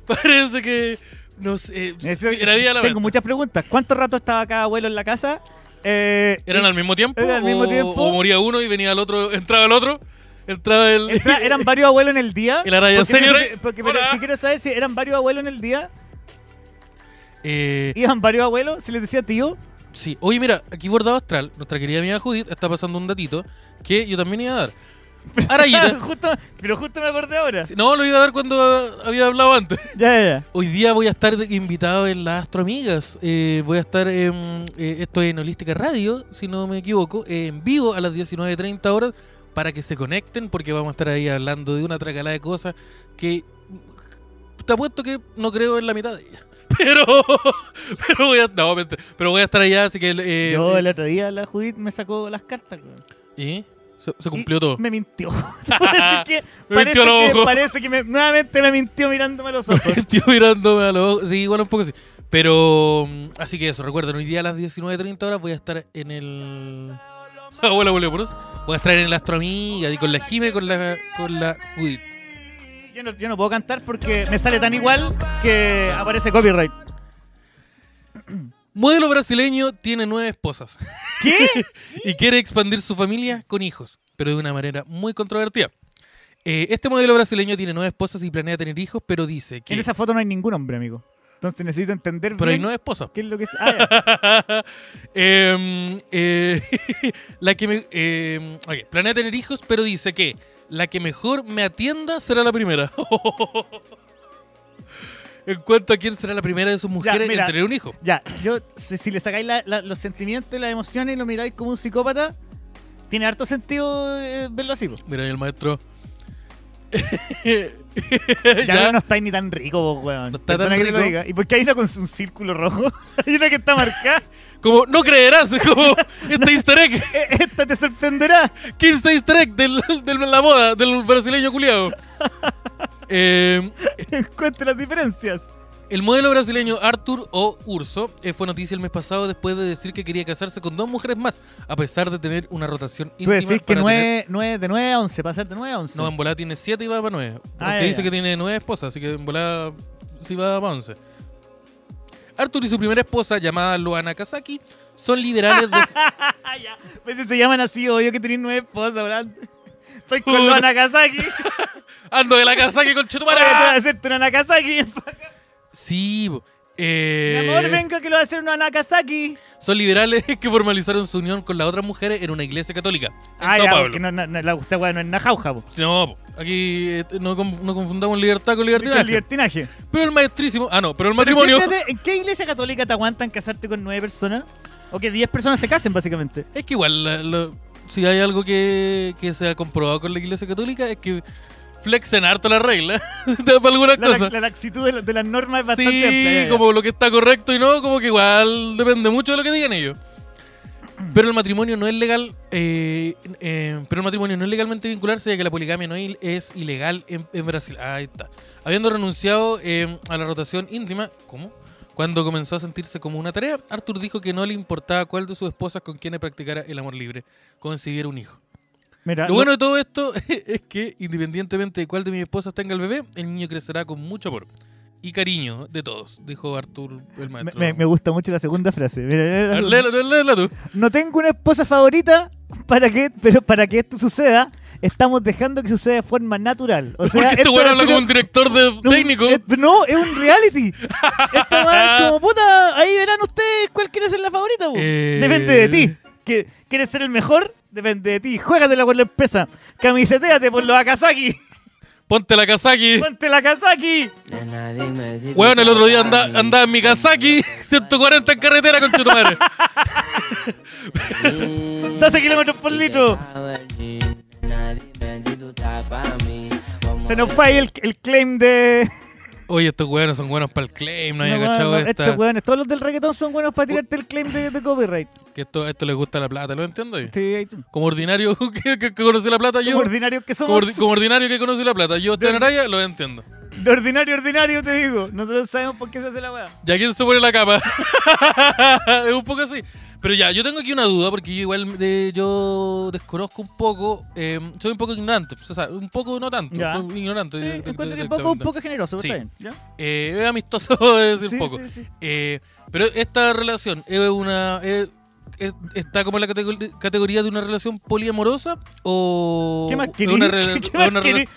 Speaker 2: parece que... No sé, eh,
Speaker 1: Eso-
Speaker 2: era día de la
Speaker 1: tengo
Speaker 2: venta.
Speaker 1: muchas preguntas. ¿Cuánto rato estaba cada abuelo en la casa? Eh,
Speaker 2: ¿Eran
Speaker 1: y-
Speaker 2: al mismo tiempo?
Speaker 1: ¿Eran al mismo
Speaker 2: o,
Speaker 1: tiempo?
Speaker 2: o moría uno y venía el otro, entraba el otro, entraba
Speaker 1: *laughs*
Speaker 2: el... *laughs*
Speaker 1: Entra- ¿Eran varios abuelos en el día?
Speaker 2: Y la raya,
Speaker 1: Porque-
Speaker 2: señor,
Speaker 1: porque- porque- pero
Speaker 2: hola.
Speaker 1: ¿qué quiero saber si eran varios abuelos en el día.
Speaker 2: Eh,
Speaker 1: ¿Iban varios abuelos? ¿Se les decía tío?
Speaker 2: Sí, oye, mira, aquí Bordado Astral, nuestra querida amiga Judith, está pasando un datito que yo también iba a dar.
Speaker 1: *laughs*
Speaker 2: Arayita.
Speaker 1: Justo- pero justo me acordé ahora.
Speaker 2: Sí, No, lo iba a dar cuando había hablado antes.
Speaker 1: Ya, ya, ya.
Speaker 2: Hoy día voy a estar de- invitado en las Astroamigas. Eh, voy a estar, en, eh, esto en Holística Radio, si no me equivoco, eh, en vivo a las 19.30 horas para que se conecten porque vamos a estar ahí hablando de una tracalada de cosas que te apuesto que no creo en la mitad de ellas. *laughs* Pero, pero, voy a, no, mentira. pero voy a estar allá, así que... eh,
Speaker 1: Yo el otro día la Judith me sacó las cartas. weón.
Speaker 2: ¿Y? Se, se cumplió todo.
Speaker 1: Me mintió. *laughs* Parece que-
Speaker 2: Oh. Me
Speaker 1: parece
Speaker 2: mintió los
Speaker 1: que-
Speaker 2: ojos.
Speaker 1: Parece que me- nuevamente me mintió mirándome a
Speaker 2: *laughs*
Speaker 1: los ojos.
Speaker 2: *laughs* El tío mirándome a los ojos. Sí, igual un poco sí. Pero, mm, así que eso, recuerden, hoy día a las 19.30 horas voy a estar en el... *laughs* Ah, Abuela, abuela, por eso. Voy a estar en el Astroamiga y con la Jime y con la, con la Judith.
Speaker 1: Yo no, yo no puedo cantar porque me sale tan igual que aparece copyright.
Speaker 2: Modelo brasileño tiene nueve esposas
Speaker 1: *laughs* ¿Qué?
Speaker 2: y quiere expandir su familia con hijos, pero de una manera muy controvertida. Eh, este modelo brasileño tiene nueve esposas y planea tener hijos, pero dice que...
Speaker 1: En esa foto no hay ningún hombre, amigo. Entonces necesito entender
Speaker 2: Pero hay
Speaker 1: bien
Speaker 2: nueve esposas.
Speaker 1: qué es lo que es. Ah, ya.
Speaker 2: *laughs* Em, eh, *laughs* la que me, em, ok, planea tener hijos, pero dice que la que mejor me atienda será la primera. *laughs* en cuanto a quién será la primera de sus mujeres
Speaker 1: mira.
Speaker 2: en tener un hijo.
Speaker 1: Ya, yo, si, si le sacáis la- la- los sentimientos y las emociones y lo miráis como un psicópata, tiene harto sentido eh, verlo así.
Speaker 2: *laughs*
Speaker 1: po.
Speaker 2: Mira, el maestro.
Speaker 1: Ya,
Speaker 2: Ya.
Speaker 1: pero no estáis ni tan rico, po, weón.
Speaker 2: No está tan
Speaker 1: Perdona que te lo
Speaker 2: rico.
Speaker 1: diga. ¿Y por qué hay una con un círculo rojo? *laughs* hay una que está marcada. *laughs*
Speaker 2: Como, no creerás, *laughs* como este easter egg,
Speaker 1: Eh, Esta te sorprenderá. *laughs*
Speaker 2: 15 easter egg del- de la boda del brasileño culiado. Eh,
Speaker 1: Encuentra las diferencias.
Speaker 2: El modelo brasileño Arthur O. Urso eh, fue noticia el mes pasado después de decir que quería casarse con dos mujeres más, a pesar de tener una rotación
Speaker 1: Tú
Speaker 2: íntima.
Speaker 1: decís que
Speaker 2: para tener-
Speaker 1: 9, de 9 a 11, pasar de 9 a 11.
Speaker 2: No, en volada tiene siete y va para nueve. Porque
Speaker 1: Ah, ya,
Speaker 2: dice
Speaker 1: ya.
Speaker 2: que tiene nueve esposas, así que en volada sí va para once. Arthur y su primera esposa, llamada Luana Kazaki,
Speaker 1: *laughs*
Speaker 2: son liberales de...
Speaker 1: Ah, ya. Pues si se llaman así, obvio que tenéis nueve esposas, ¿verdad? Estoy con los Nagasaki.
Speaker 2: Ando de la casa que con
Speaker 1: Voy a hacerte una Nagasaki.
Speaker 2: Sí, po.
Speaker 1: Mi
Speaker 2: eh,
Speaker 1: amor, venga que lo va a hacer una Nagasaki.
Speaker 2: son liberales *laughs* que formalizaron su unión con las otras mujeres en una iglesia católica. En
Speaker 1: Ah,
Speaker 2: Sao
Speaker 1: ya,
Speaker 2: Paulo.
Speaker 1: porque no, no, no, la gusta, weón, no es najauja, po.
Speaker 2: Si No, po, aquí eh, no, conf- no confundamos libertad con
Speaker 1: Con
Speaker 2: libertinaje.
Speaker 1: libertinaje.
Speaker 2: Pero el maestrísimo. Ah, no, pero el
Speaker 1: Pero
Speaker 2: matrimonio.
Speaker 1: espérate, ¿En qué iglesia católica te aguantan casarte con nueve personas? O que diez personas se casen, básicamente.
Speaker 2: *laughs* Es que igual, la- la- si hay algo que, que se ha comprobado con la iglesia católica es que flexen harto la *laughs* regla para algunas
Speaker 1: La, la,
Speaker 2: cosas.
Speaker 1: la laxitud de, la- de las normas es bastante
Speaker 2: sí,
Speaker 1: amplia, ya, ya.
Speaker 2: como lo que está correcto y no, como que igual depende mucho de lo que digan ellos. Pero el matrimonio no es legal, eh, eh, pero el matrimonio no es legalmente vincularse ya que la poligamia no es, es ilegal en, en Brasil. Ahí está. Habiendo renunciado eh, a la rotación íntima, ¿cómo? Cuando comenzó a sentirse como una tarea, Arthur dijo que no le importaba cuál de sus esposas con quienes practicara el amor libre, concebir un hijo.
Speaker 1: Mira,
Speaker 2: Lo bueno de todo esto *laughs* es que, independientemente de cuál de mis esposas tenga el bebé, el niño crecerá con mucho amor y cariño de todos, dijo Artur el
Speaker 1: me,
Speaker 2: maestro.
Speaker 1: me- me gusta mucho la segunda frase. Mira, eh, mira,
Speaker 2: A
Speaker 1: la
Speaker 2: ver,
Speaker 1: segunda.
Speaker 2: léela, léela, léela tú.
Speaker 1: No tengo una esposa favorita, para que, pero para que esto suceda, estamos dejando que suceda de forma natural. O sea,
Speaker 2: Porque este
Speaker 1: esto
Speaker 2: weón
Speaker 1: es
Speaker 2: habla
Speaker 1: pero-
Speaker 2: como un director de
Speaker 1: un-
Speaker 2: técnico.
Speaker 1: es- no, es un reality. Esto va como puta, ahí verán ustedes cuál quiere ser la favorita. po.
Speaker 2: Eh.
Speaker 1: Depende de ti. Que, ¿Quieres ser el mejor? Depende de ti. Juégatela por la empresa. Camiseteate por los
Speaker 2: *laughs*
Speaker 1: Akazaki.
Speaker 2: Ponte la Kazaki.
Speaker 1: Ponte la Akazaki.
Speaker 2: Weón, el otro día andaba anda en mi Kazaki, *laughs* 140 en carretera con
Speaker 1: *laughs*
Speaker 2: madre.
Speaker 1: 12 kilómetros por litro. Se nos fue ahí el, el claim de.
Speaker 2: Oye, estos weones son buenos para el claim, no
Speaker 1: *laughs*
Speaker 2: había
Speaker 1: No,
Speaker 2: cachado
Speaker 1: no, este
Speaker 2: esta.
Speaker 1: Estos weones, todos los del reggaetón son buenos para tirarte el claim de, de copyright.
Speaker 2: Que esto, esto les gusta la plata, ¿lo entiendo? yo?
Speaker 1: Sí, ahí tú.
Speaker 2: Como ordinario *laughs* que, que- que conoce la plata,
Speaker 1: Como
Speaker 2: yo.
Speaker 1: ordinarios que
Speaker 2: Como,
Speaker 1: somos.
Speaker 2: ordi- como ordinario que conoce la plata, yo, Esteban Araya, lo entiendo.
Speaker 1: De ordinario, ordinario, te digo. Nosotros sabemos por qué se hace la weá.
Speaker 2: Ya quién se pone la capa. *laughs* es un poco así. Pero ya, yo tengo aquí una duda porque yo igual de- yo desconozco un poco, eh, soy un poco ignorante, pues, o sea, un poco no tanto,
Speaker 1: Ya.
Speaker 2: soy ignorante.
Speaker 1: Sí,
Speaker 2: de- de-
Speaker 1: encuentro que un
Speaker 2: directamente.
Speaker 1: poco, un poco generoso, pero
Speaker 2: Sí.
Speaker 1: está bien. ¿ya?
Speaker 2: Eh, es amistoso *laughs* decir
Speaker 1: Sí,
Speaker 2: poco.
Speaker 1: sí, sí.
Speaker 2: Eh, pero esta relación es una es- es- está como en la categori- categoría de una relación poliamorosa o
Speaker 1: ¿Qué más
Speaker 2: es Oh,
Speaker 1: *laughs*
Speaker 2: una,
Speaker 1: querés?
Speaker 2: rela-
Speaker 1: ¿Qué
Speaker 2: es
Speaker 1: más
Speaker 2: una rela-
Speaker 1: querés?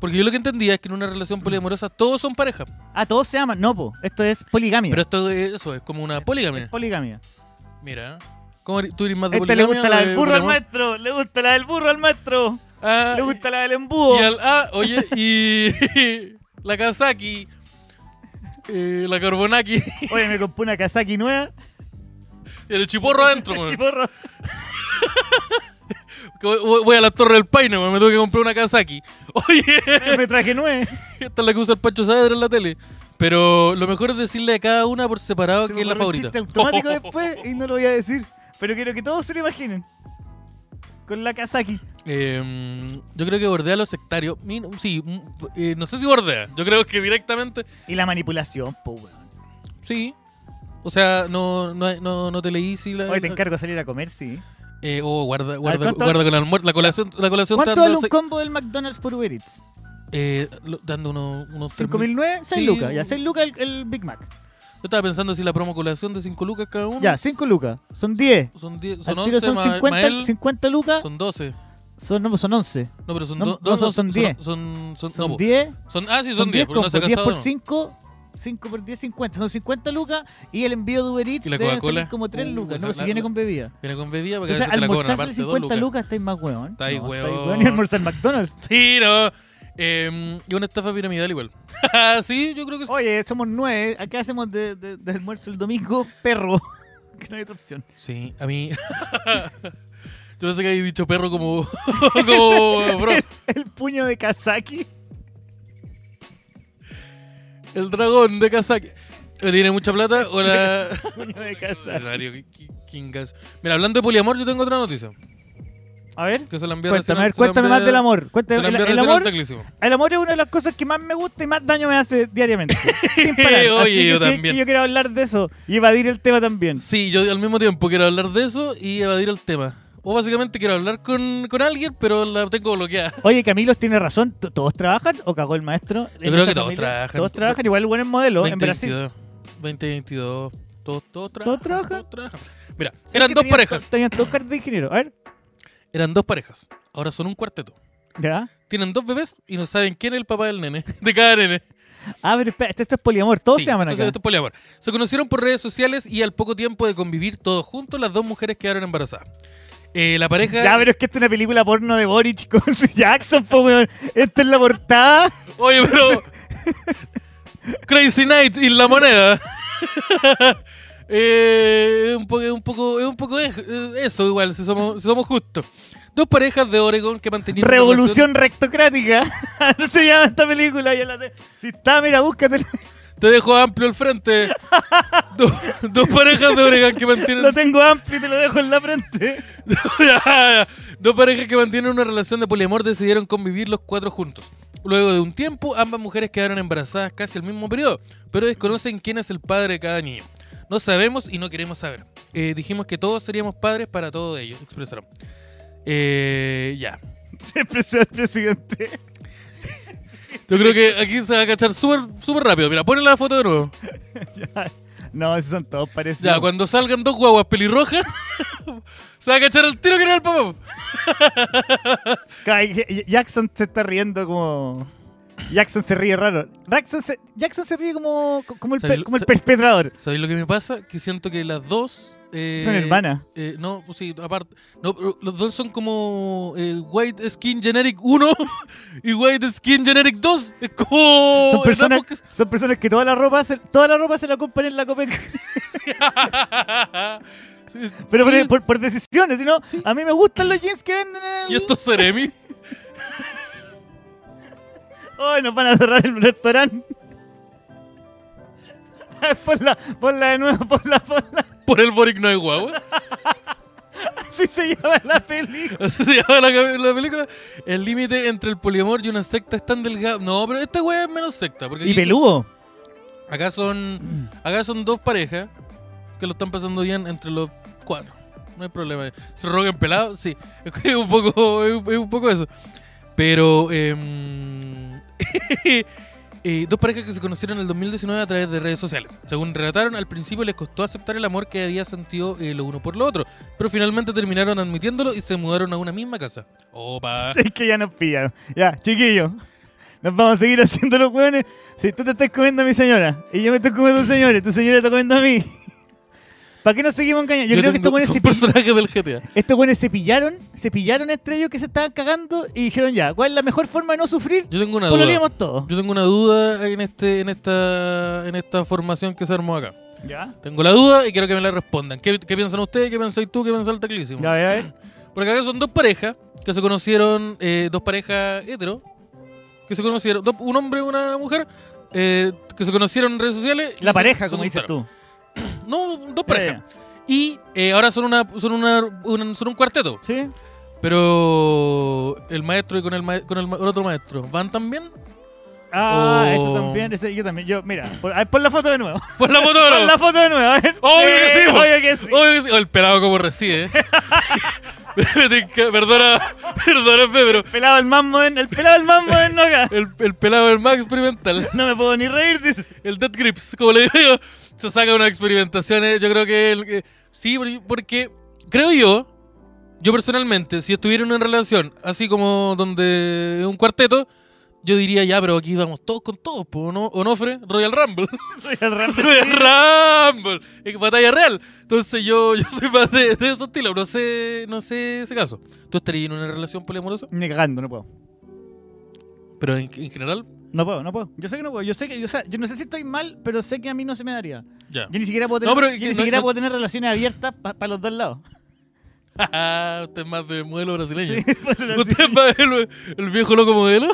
Speaker 2: porque yo lo que entendía es que en una relación poliamorosa todos son pareja,
Speaker 1: Ah, todos se aman. No, po. Esto es poligamia.
Speaker 2: pero esto es, eso es como una poligamia.
Speaker 1: Es poligamia.
Speaker 2: Mira. ¿Cómo eri- ¿Tú eres más
Speaker 1: A
Speaker 2: de
Speaker 1: este le
Speaker 2: poligamia
Speaker 1: gusta
Speaker 2: o
Speaker 1: la
Speaker 2: de
Speaker 1: del burro al
Speaker 2: poliamor?
Speaker 1: maestro. Le gusta la del burro al maestro.
Speaker 2: Ah,
Speaker 1: Le gusta la del embudo.
Speaker 2: y al- ah, oye, y *laughs* la Kazaki, eh, la Carbonaki, *laughs*
Speaker 1: Oye, me compré una Kazaki nueva.
Speaker 2: el chiporro adentro,
Speaker 1: Y
Speaker 2: weón.
Speaker 1: porro.
Speaker 2: Que voy- Voy a la Torre del Paine, weón, me tengo que comprar una Kazaki. *laughs* Oye,
Speaker 1: eh, Me traje
Speaker 2: *laughs*
Speaker 1: nueve.
Speaker 2: esta es la que usa el Pancho Saavedra en la tele. Pero lo mejor es decirle a cada una por separado
Speaker 1: Se me
Speaker 2: que es la
Speaker 1: ocurrió un
Speaker 2: favorita. Oh.
Speaker 1: chiste
Speaker 2: *laughs*
Speaker 1: automático después y no lo voy a decir. Pero quiero que todos se lo imaginen. Con la Kazaki.
Speaker 2: Eh, yo creo que bordea lo sectario. Mi- Sí, mm, eh, no sé si bordea. Yo creo que directamente
Speaker 1: Y la manipulación, po, weón.
Speaker 2: Sí. O sea, no, no, no, no te leí si la.
Speaker 1: Oye, te encargo de salir a comer, sí.
Speaker 2: Eh, oh, guarda, guarda,
Speaker 1: ¿cuánto-
Speaker 2: guarda con el almuerzo. La colación, la colación te
Speaker 1: ¿Cuánto
Speaker 2: anda
Speaker 1: vale un
Speaker 2: se-
Speaker 1: combo del McDonald's por Uber Eats?
Speaker 2: eh, lo- dando uno- unos. tres mil.
Speaker 1: ¿5.009? 6
Speaker 2: Sí.
Speaker 1: lucas. Ya, 6 lucas el, el Big Mac.
Speaker 2: Yo estaba pensando si la promo colación de 5 lucas cada uno.
Speaker 1: Ya, 5 lucas. Son 10.
Speaker 2: Son, 10,
Speaker 1: Al
Speaker 2: son
Speaker 1: tiro
Speaker 2: 11
Speaker 1: son
Speaker 2: más,
Speaker 1: 50,
Speaker 2: más él,
Speaker 1: 50 lucas.
Speaker 2: Son 12.
Speaker 1: Son, no, pues son 11.
Speaker 2: No, pero son
Speaker 1: No,
Speaker 2: 12.
Speaker 1: no, son- son 10.
Speaker 2: Son, son, no,
Speaker 1: Son
Speaker 2: po.
Speaker 1: 10.
Speaker 2: Son- ah, sí,
Speaker 1: Son
Speaker 2: son 10.
Speaker 1: 10
Speaker 2: porque no
Speaker 1: combos.
Speaker 2: se ha
Speaker 1: 10 por
Speaker 2: casado, ¿no?
Speaker 1: 5. 5 por 10, 50. Son 50 lucas. Y el envío de Uber Eats
Speaker 2: ¿Y la
Speaker 1: debe
Speaker 2: Coca-Cola?
Speaker 1: salir como 3
Speaker 2: Uh,
Speaker 1: lucas.
Speaker 2: esa
Speaker 1: No,
Speaker 2: es
Speaker 1: si
Speaker 2: la-
Speaker 1: viene
Speaker 2: la-
Speaker 1: con bebida.
Speaker 2: Viene con bebida porque
Speaker 1: Entonces,
Speaker 2: a veces te la cobran
Speaker 1: almorzar
Speaker 2: aparte
Speaker 1: 50
Speaker 2: 2
Speaker 1: lucas,
Speaker 2: lucas.
Speaker 1: estáis más weón.
Speaker 2: Estáis
Speaker 1: No,
Speaker 2: hueón.
Speaker 1: Y almorzar
Speaker 2: *laughs*
Speaker 1: McDonald's.
Speaker 2: Sí, no. Eh, y una estafa piramidal igual. *laughs* Ah, sí, yo creo que sí.
Speaker 1: Oye, somos 9. Acá hacemos de, de- de almuerzo el domingo perro. *laughs* que no hay otra opción.
Speaker 2: Sí, a mí. *laughs* Yo pensé que había dicho perro como. *laughs* como. Bro,
Speaker 1: *laughs* El puño de Kazaki. *laughs*
Speaker 2: el dragón de Kazaki. ¿O tiene mucha plata
Speaker 1: *laughs*
Speaker 2: o la.
Speaker 1: Puño de Kazaki.
Speaker 2: Horario, qué- qué- qué ingas- Mira, hablando de poliamor, yo tengo otra noticia.
Speaker 1: A ver.
Speaker 2: Que se la envió
Speaker 1: Cuéntame, a
Speaker 2: recién-
Speaker 1: ver,
Speaker 2: se la
Speaker 1: cuéntame
Speaker 2: envió-
Speaker 1: más del amor.
Speaker 2: Se la
Speaker 1: Cuéntame, el,
Speaker 2: envió
Speaker 1: el
Speaker 2: recién al
Speaker 1: amor,
Speaker 2: teclísimo.
Speaker 1: el amor es una de las cosas que más me gusta y más daño me hace
Speaker 2: *laughs*
Speaker 1: diariamente. Sin parar.
Speaker 2: Oye,
Speaker 1: Así que
Speaker 2: yo
Speaker 1: sí, es
Speaker 2: también.
Speaker 1: que yo quiero hablar de eso y evadir el tema también.
Speaker 2: Sí, yo al mismo tiempo quiero hablar de eso y evadir el tema. O básicamente quiero hablar con, con alguien, pero la tengo bloqueada.
Speaker 1: Oye, Camilo tiene razón. ¿T- ¿Todos trabajan o cagó el maestro? en
Speaker 2: Yo creo
Speaker 1: esa
Speaker 2: que todos trabajan.
Speaker 1: Todos trabajan, igual buen modelo en Brasil.
Speaker 2: 2022. 2022. Todos, todos trabajan.
Speaker 1: Todos trabajan.
Speaker 2: todos trabajan. Mira, eran dos
Speaker 1: Tenían to-
Speaker 2: parejas.
Speaker 1: Tenían dos cartas de ingeniero. A ver.
Speaker 2: Eran dos parejas. Ahora son un cuarteto.
Speaker 1: ¿Ya?
Speaker 2: Tienen dos bebés y no saben quién es el papá del nene, *laughs* de cada nene.
Speaker 1: Ah, pero espera, esto, esto es poliamor, todos
Speaker 2: Sí,
Speaker 1: se llaman
Speaker 2: entonces
Speaker 1: acá.
Speaker 2: esto es poliamor. Se conocieron por redes sociales y al poco tiempo de convivir todos juntos, las dos mujeres quedaron embarazadas. Eh, la pareja.
Speaker 1: Ya, pero es que esta es una película porno de Boric con *laughs* Jackson, po, weón. Esta es la portada.
Speaker 2: Oye,
Speaker 1: *laughs*
Speaker 2: pero. Crazy Night y la moneda. *laughs* Eh, un poco, un poco, es un poco ej- eh, eso igual, si somos, si somos justos. Dos parejas de Oregon que mantenían una
Speaker 1: Revolución rectocrática. *laughs* Así se llama esta película. Ya la te- Si está, mira, búscate.
Speaker 2: *laughs* relación- Te dejo amplio el frente. Do- dos parejas de Oregon que mantienen. *laughs*
Speaker 1: Lo tengo amplio y te lo dejo en la frente. *laughs*
Speaker 2: Dos parejas que mantienen una relación de poliamor decidieron convivir los cuatro juntos. Luego de un tiempo, ambas mujeres quedaron embarazadas casi al mismo periodo, pero desconocen quién es el padre de cada niño. No sabemos y no queremos saber. Eh, dijimos que todos seríamos padres para todos ellos, expresaron. Eh, ya.
Speaker 1: Empezó el presidente.
Speaker 2: Yo creo que aquí se va a cachar súper súper rápido. Mira, ponen la foto de nuevo.
Speaker 1: Ya. No, esos son todos parecidos.
Speaker 2: Ya, cuando salgan dos guaguas pelirrojas, *laughs* se va a cachar el tiro que era el papá.
Speaker 1: Ay, Jackson se está riendo como. Jackson se ríe raro. Jackson se, Jackson se ríe como, como, el,
Speaker 2: ¿Sabes
Speaker 1: pe-
Speaker 2: lo-
Speaker 1: como el
Speaker 2: sa-
Speaker 1: perpetrador.
Speaker 2: ¿Sabéis lo que me pasa? Que siento que las dos... eh,
Speaker 1: Son hermanas.
Speaker 2: Eh, no, pues sí, aparte. No, pero los dos son como eh, White Skin Generic 1 *laughs* y White Skin Generic 2. Es como.
Speaker 1: Son personas,
Speaker 2: éramos
Speaker 1: son personas que toda la ropa se, toda la ropa se la compran en la Copen.
Speaker 2: que- *laughs* Sí,
Speaker 1: *laughs* Pero
Speaker 2: sí,
Speaker 1: por, por, por decisiones, sino a mí me gustan los jeans que venden en
Speaker 2: ¿Y
Speaker 1: el...
Speaker 2: esto es Seremi?
Speaker 1: Ay, nos van a cerrar el restaurante. *laughs* Ay, Ponla, ponla de nuevo, ponla, ponla.
Speaker 2: *laughs*
Speaker 1: *laughs*
Speaker 2: Por el Boric no hay guagua. *laughs*
Speaker 1: Así se llama la película.
Speaker 2: Así se llama la, ca- la película. El límite entre el poliamor y una secta es tan delgado. No, pero esta wea es menos secta. Porque
Speaker 1: Y
Speaker 2: aquí son-
Speaker 1: peludo.
Speaker 2: Acá son, acá son dos parejas que lo están pasando bien entre los cuatro. No hay problema. ¿Se rogan pelados? Sí. *laughs* Es un poco, es un es un poco eso. Pero... em, *laughs* eh, dos parejas que se conocieron en el 2019 a través de redes sociales. Según relataron, al principio les costó aceptar el amor que había sentido eh, lo uno por lo otro. Pero finalmente terminaron admitiéndolo y se mudaron a una misma casa. Opa.
Speaker 1: Es que ya nos pillaron. Ya, chiquillo. Nos vamos a seguir haciendo los hueones. Si tú te estás comiendo a mi señora y yo me estoy comiendo a tu señora y tu señora está comiendo a mí. ¿Para qué nos seguimos engañando? Yo, creo que estos
Speaker 2: tengo-
Speaker 1: hueones, se
Speaker 2: *laughs* son
Speaker 1: pi-
Speaker 2: personajes del GTA.
Speaker 1: estos hueones se pillaron, se pillaron entre ellos que se estaban cagando y dijeron ya, ¿cuál es la mejor forma de no sufrir?
Speaker 2: Yo tengo una duda.
Speaker 1: Pololeamos todos.
Speaker 2: Yo tengo una duda en este, en esta, en esta formación que se armó acá.
Speaker 1: Ya.
Speaker 2: Tengo la duda y quiero que me la respondan. ¿Qué, qué piensan ustedes? ¿Qué pensáis tú? ¿Qué piensa el teclísimo?
Speaker 1: Ya, a ver, a ver.
Speaker 2: Porque acá son dos parejas que se conocieron, eh, dos parejas hetero, que se conocieron, dos- un hombre y una mujer, eh, que se conocieron en redes sociales. y
Speaker 1: La
Speaker 2: se-
Speaker 1: pareja,
Speaker 2: se
Speaker 1: como dices
Speaker 2: juntaron.
Speaker 1: tú.
Speaker 2: No, dos
Speaker 1: Ya,
Speaker 2: parejas.
Speaker 1: ya.
Speaker 2: Y eh, ahora son una, son una, un- son un cuarteto.
Speaker 1: ¿Sí?
Speaker 2: Pero el maestro y con el, ma- con el ma- el otro maestro, ¿van también? *laughs*
Speaker 1: Ah,
Speaker 2: Oh.
Speaker 1: eso también. eso- yo también. Yo, mira, por, a ver, pon la foto de nuevo. *laughs*
Speaker 2: Pues la foto.
Speaker 1: Pon la foto de nuevo. A ver. Eh,
Speaker 2: Obvio que sí, po.
Speaker 1: Obvio que sí. Oh.
Speaker 2: Oye, sí, o el pelado como recibe. *laughs* perdona, perdóname, pero
Speaker 1: Pelado el más moderno. El pelado el más moderno acá.
Speaker 2: el, el pelado del más experimental,
Speaker 1: No me puedo ni reír, dice.
Speaker 2: el Dead Grips, como le digo, se saca unas experimentaciones. Yo creo que, el- que- sí, porque- porque creo yo, yo personalmente, si estuviera en una relación así como donde un cuarteto, yo diría ya, pero aquí vamos todos con todos, po, ¿no? Onofre, Royal Rumble.
Speaker 1: Royal Rumble.
Speaker 2: Royal Rumble, es batalla real. Entonces yo, yo soy más de, de ese estilo, no sé, no sé ese caso. ¿Tú estarías en una relación poliamorosa?
Speaker 1: *laughs* Ni cagando, no puedo.
Speaker 2: Pero en, en general,
Speaker 1: No puedo, no puedo. Yo sé que no puedo. Yo sé que, yo, o sea, yo no sé si estoy mal, pero sé que a mí no se me daría.
Speaker 2: ya.
Speaker 1: Yo ni siquiera puedo
Speaker 2: No,
Speaker 1: tener,
Speaker 2: pero
Speaker 1: yo
Speaker 2: que
Speaker 1: ni
Speaker 2: no-
Speaker 1: siquiera
Speaker 2: no-
Speaker 1: puedo tener relaciones abiertas para los dos lados.
Speaker 2: *laughs* Usted es más de modelo brasileño.
Speaker 1: Sí, *laughs* bueno, así.
Speaker 2: Usted es más el, el viejo loco modelo.
Speaker 1: *laughs*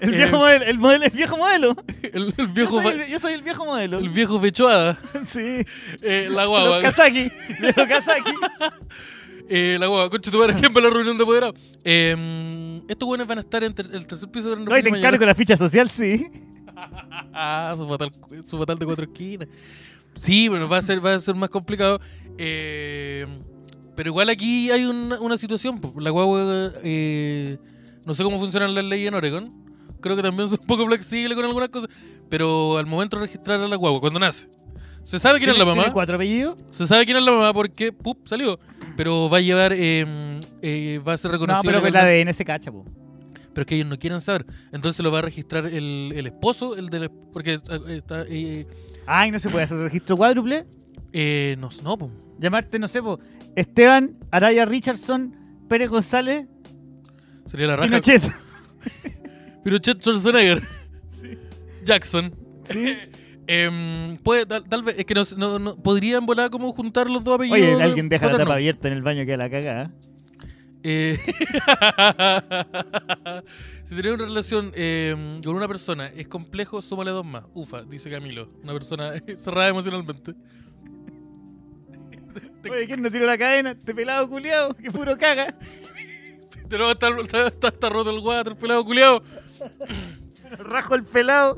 Speaker 2: *laughs*
Speaker 1: el viejo
Speaker 2: eh,
Speaker 1: modelo, el modelo, el viejo modelo.
Speaker 2: El, el
Speaker 1: Yo
Speaker 2: viejo
Speaker 1: soy
Speaker 2: va-
Speaker 1: el, yo soy el viejo modelo. *laughs*
Speaker 2: el viejo fechoada.
Speaker 1: Sí.
Speaker 2: Eh, la
Speaker 1: Los
Speaker 2: guagua.
Speaker 1: Kazaki. Los *laughs* Kazaki.
Speaker 2: Eh, la guagua. Concha tu madre, ejemplo la reunión de apoderados. Eh, estos buenos van a estar en ter- el tercer piso de Gran
Speaker 1: No, y te
Speaker 2: República
Speaker 1: encargo la ficha social, sí.
Speaker 2: Ah, su fatal, su fatal de cuatro esquinas. Sí, bueno, va a ser, va a ser más complicado. Eh, pero igual aquí hay una, una situación. po. La guagua, eh, no sé cómo funcionan las leyes en Oregon. Creo que también *laughs* son un poco flexibles con algunas cosas. Pero al momento de registrar a la guagua, cuando nace, se sabe quién es la
Speaker 1: ¿Tiene- tiene
Speaker 2: mamá.
Speaker 1: cuatro apellidos?
Speaker 2: Se sabe quién es la mamá porque, ¡pup! salió. Pero va a llevar. eh, eh, va a ser reconocido.
Speaker 1: No, pero que el
Speaker 2: legalmente.
Speaker 1: ADN se cacha, po.
Speaker 2: Pero es que ellos no quieren saber. Entonces lo va a registrar el, el esposo, el del. esp- Porque está. está- eh,
Speaker 1: Ay, no se puede hacer registro cuádruple.
Speaker 2: eh, no, no, po.
Speaker 1: Llamarte, no sé, po. Esteban, Araya Richardson, Pérez González,
Speaker 2: Sería la raja. *laughs*
Speaker 1: Pinochet.
Speaker 2: Pinochet Schwarzenegger.
Speaker 1: *laughs*
Speaker 2: Jackson.
Speaker 1: Sí.
Speaker 2: Em, puede, tal, tal vez. Es que no, sé, no, no- podrían volar como juntar los dos apellidos.
Speaker 1: Oye, alguien deja la
Speaker 2: paternos.
Speaker 1: tapa abierta en el baño que la cagada.
Speaker 2: Eh, *laughs* si tenés una relación eh, con una persona, es complejo, súmale dos más. Ufa, dice Camilo. Una persona *laughs* cerrada emocionalmente.
Speaker 1: Oye, ¿quién no tiró la cadena? Este pelado culiado, que puro
Speaker 2: *laughs*
Speaker 1: caga.
Speaker 2: Te lo va a estar, está, está- está roto el guatro, el pelado culiado.
Speaker 1: Rajo el pelado.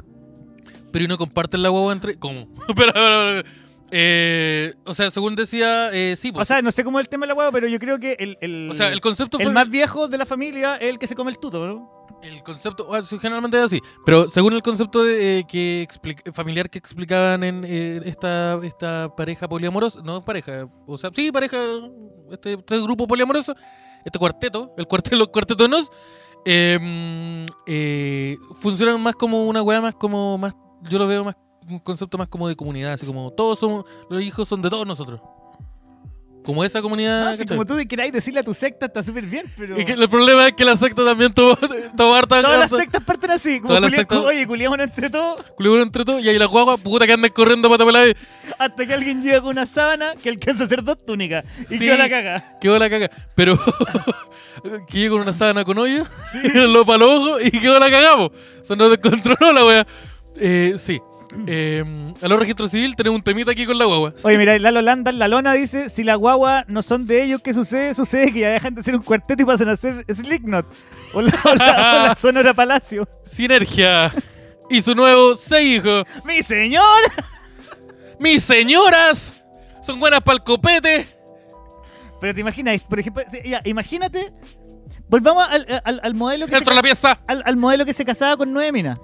Speaker 2: Pero y no comparten la guagua entre. ¿Cómo? *laughs* Espera, espera, espera. Eh, o sea, según decía, eh, sí,
Speaker 1: O
Speaker 2: pues.
Speaker 1: sea, no sé cómo es el tema de la guagua, pero yo creo que el, el,
Speaker 2: O sea, el concepto
Speaker 1: el
Speaker 2: fue.
Speaker 1: más viejo de la familia es el que se come el tuto, ¿no?
Speaker 2: El concepto, ah, sí, generalmente es así, pero según el concepto de, eh, que expli- familiar que explicaban en eh, esta, esta pareja poliamorosa, no pareja, o sea, sí, pareja, este, este grupo poliamoroso, este cuarteto, el cuarteto, los cuartetos nos, eh, eh, funcionan más como una weá, más como, más, yo lo veo más, un concepto más como de comunidad, así como todos somos, los hijos son de todos nosotros. Como esa comunidad.
Speaker 1: Ah, si
Speaker 2: ¿cachai?
Speaker 1: como tú queráis decirle a tu secta está súper bien, pero...
Speaker 2: Y que el problema es que la secta también tuvo, *laughs* tuvo harta-
Speaker 1: Todas las
Speaker 2: harta-
Speaker 1: sectas parten así, como
Speaker 2: Todas las
Speaker 1: culia-
Speaker 2: sectas-
Speaker 1: oye, culiamos entre todos
Speaker 2: Culebro entre todos y ahí la guagua, puta que andan corriendo para tapar la
Speaker 1: hasta que alguien llega con una sábana que alcanza a hacer dos túnicas y
Speaker 2: Sí.
Speaker 1: queda la caga.
Speaker 2: Quedó la caga. Pero *laughs* que llegó con una sábana con hoyo, *laughs* lo para los ojos y quedó la cagamos. O sea, nos descontroló la wea. Eh, sí. Eh, a los registros civil tenemos un temita aquí con la guagua.
Speaker 1: Oye, mira, Lalo Landa en la lona dice, si la guagua no son de ellos, ¿qué sucede? Sucede que ya dejan de ser un cuarteto y pasan a ser Slipknot o la, o la- o la Sonora Palacio.
Speaker 2: Sinergia. Y su nuevo seis hijos.
Speaker 1: ¡Mi señor!
Speaker 2: ¡Mis señoras! Son buenas para el copete.
Speaker 1: Pero te imaginas, por ejemplo, ya, imagínate, volvamos al, al- al modelo que se,
Speaker 2: Entro a la pieza
Speaker 1: al, al modelo que se casaba con nueve minas.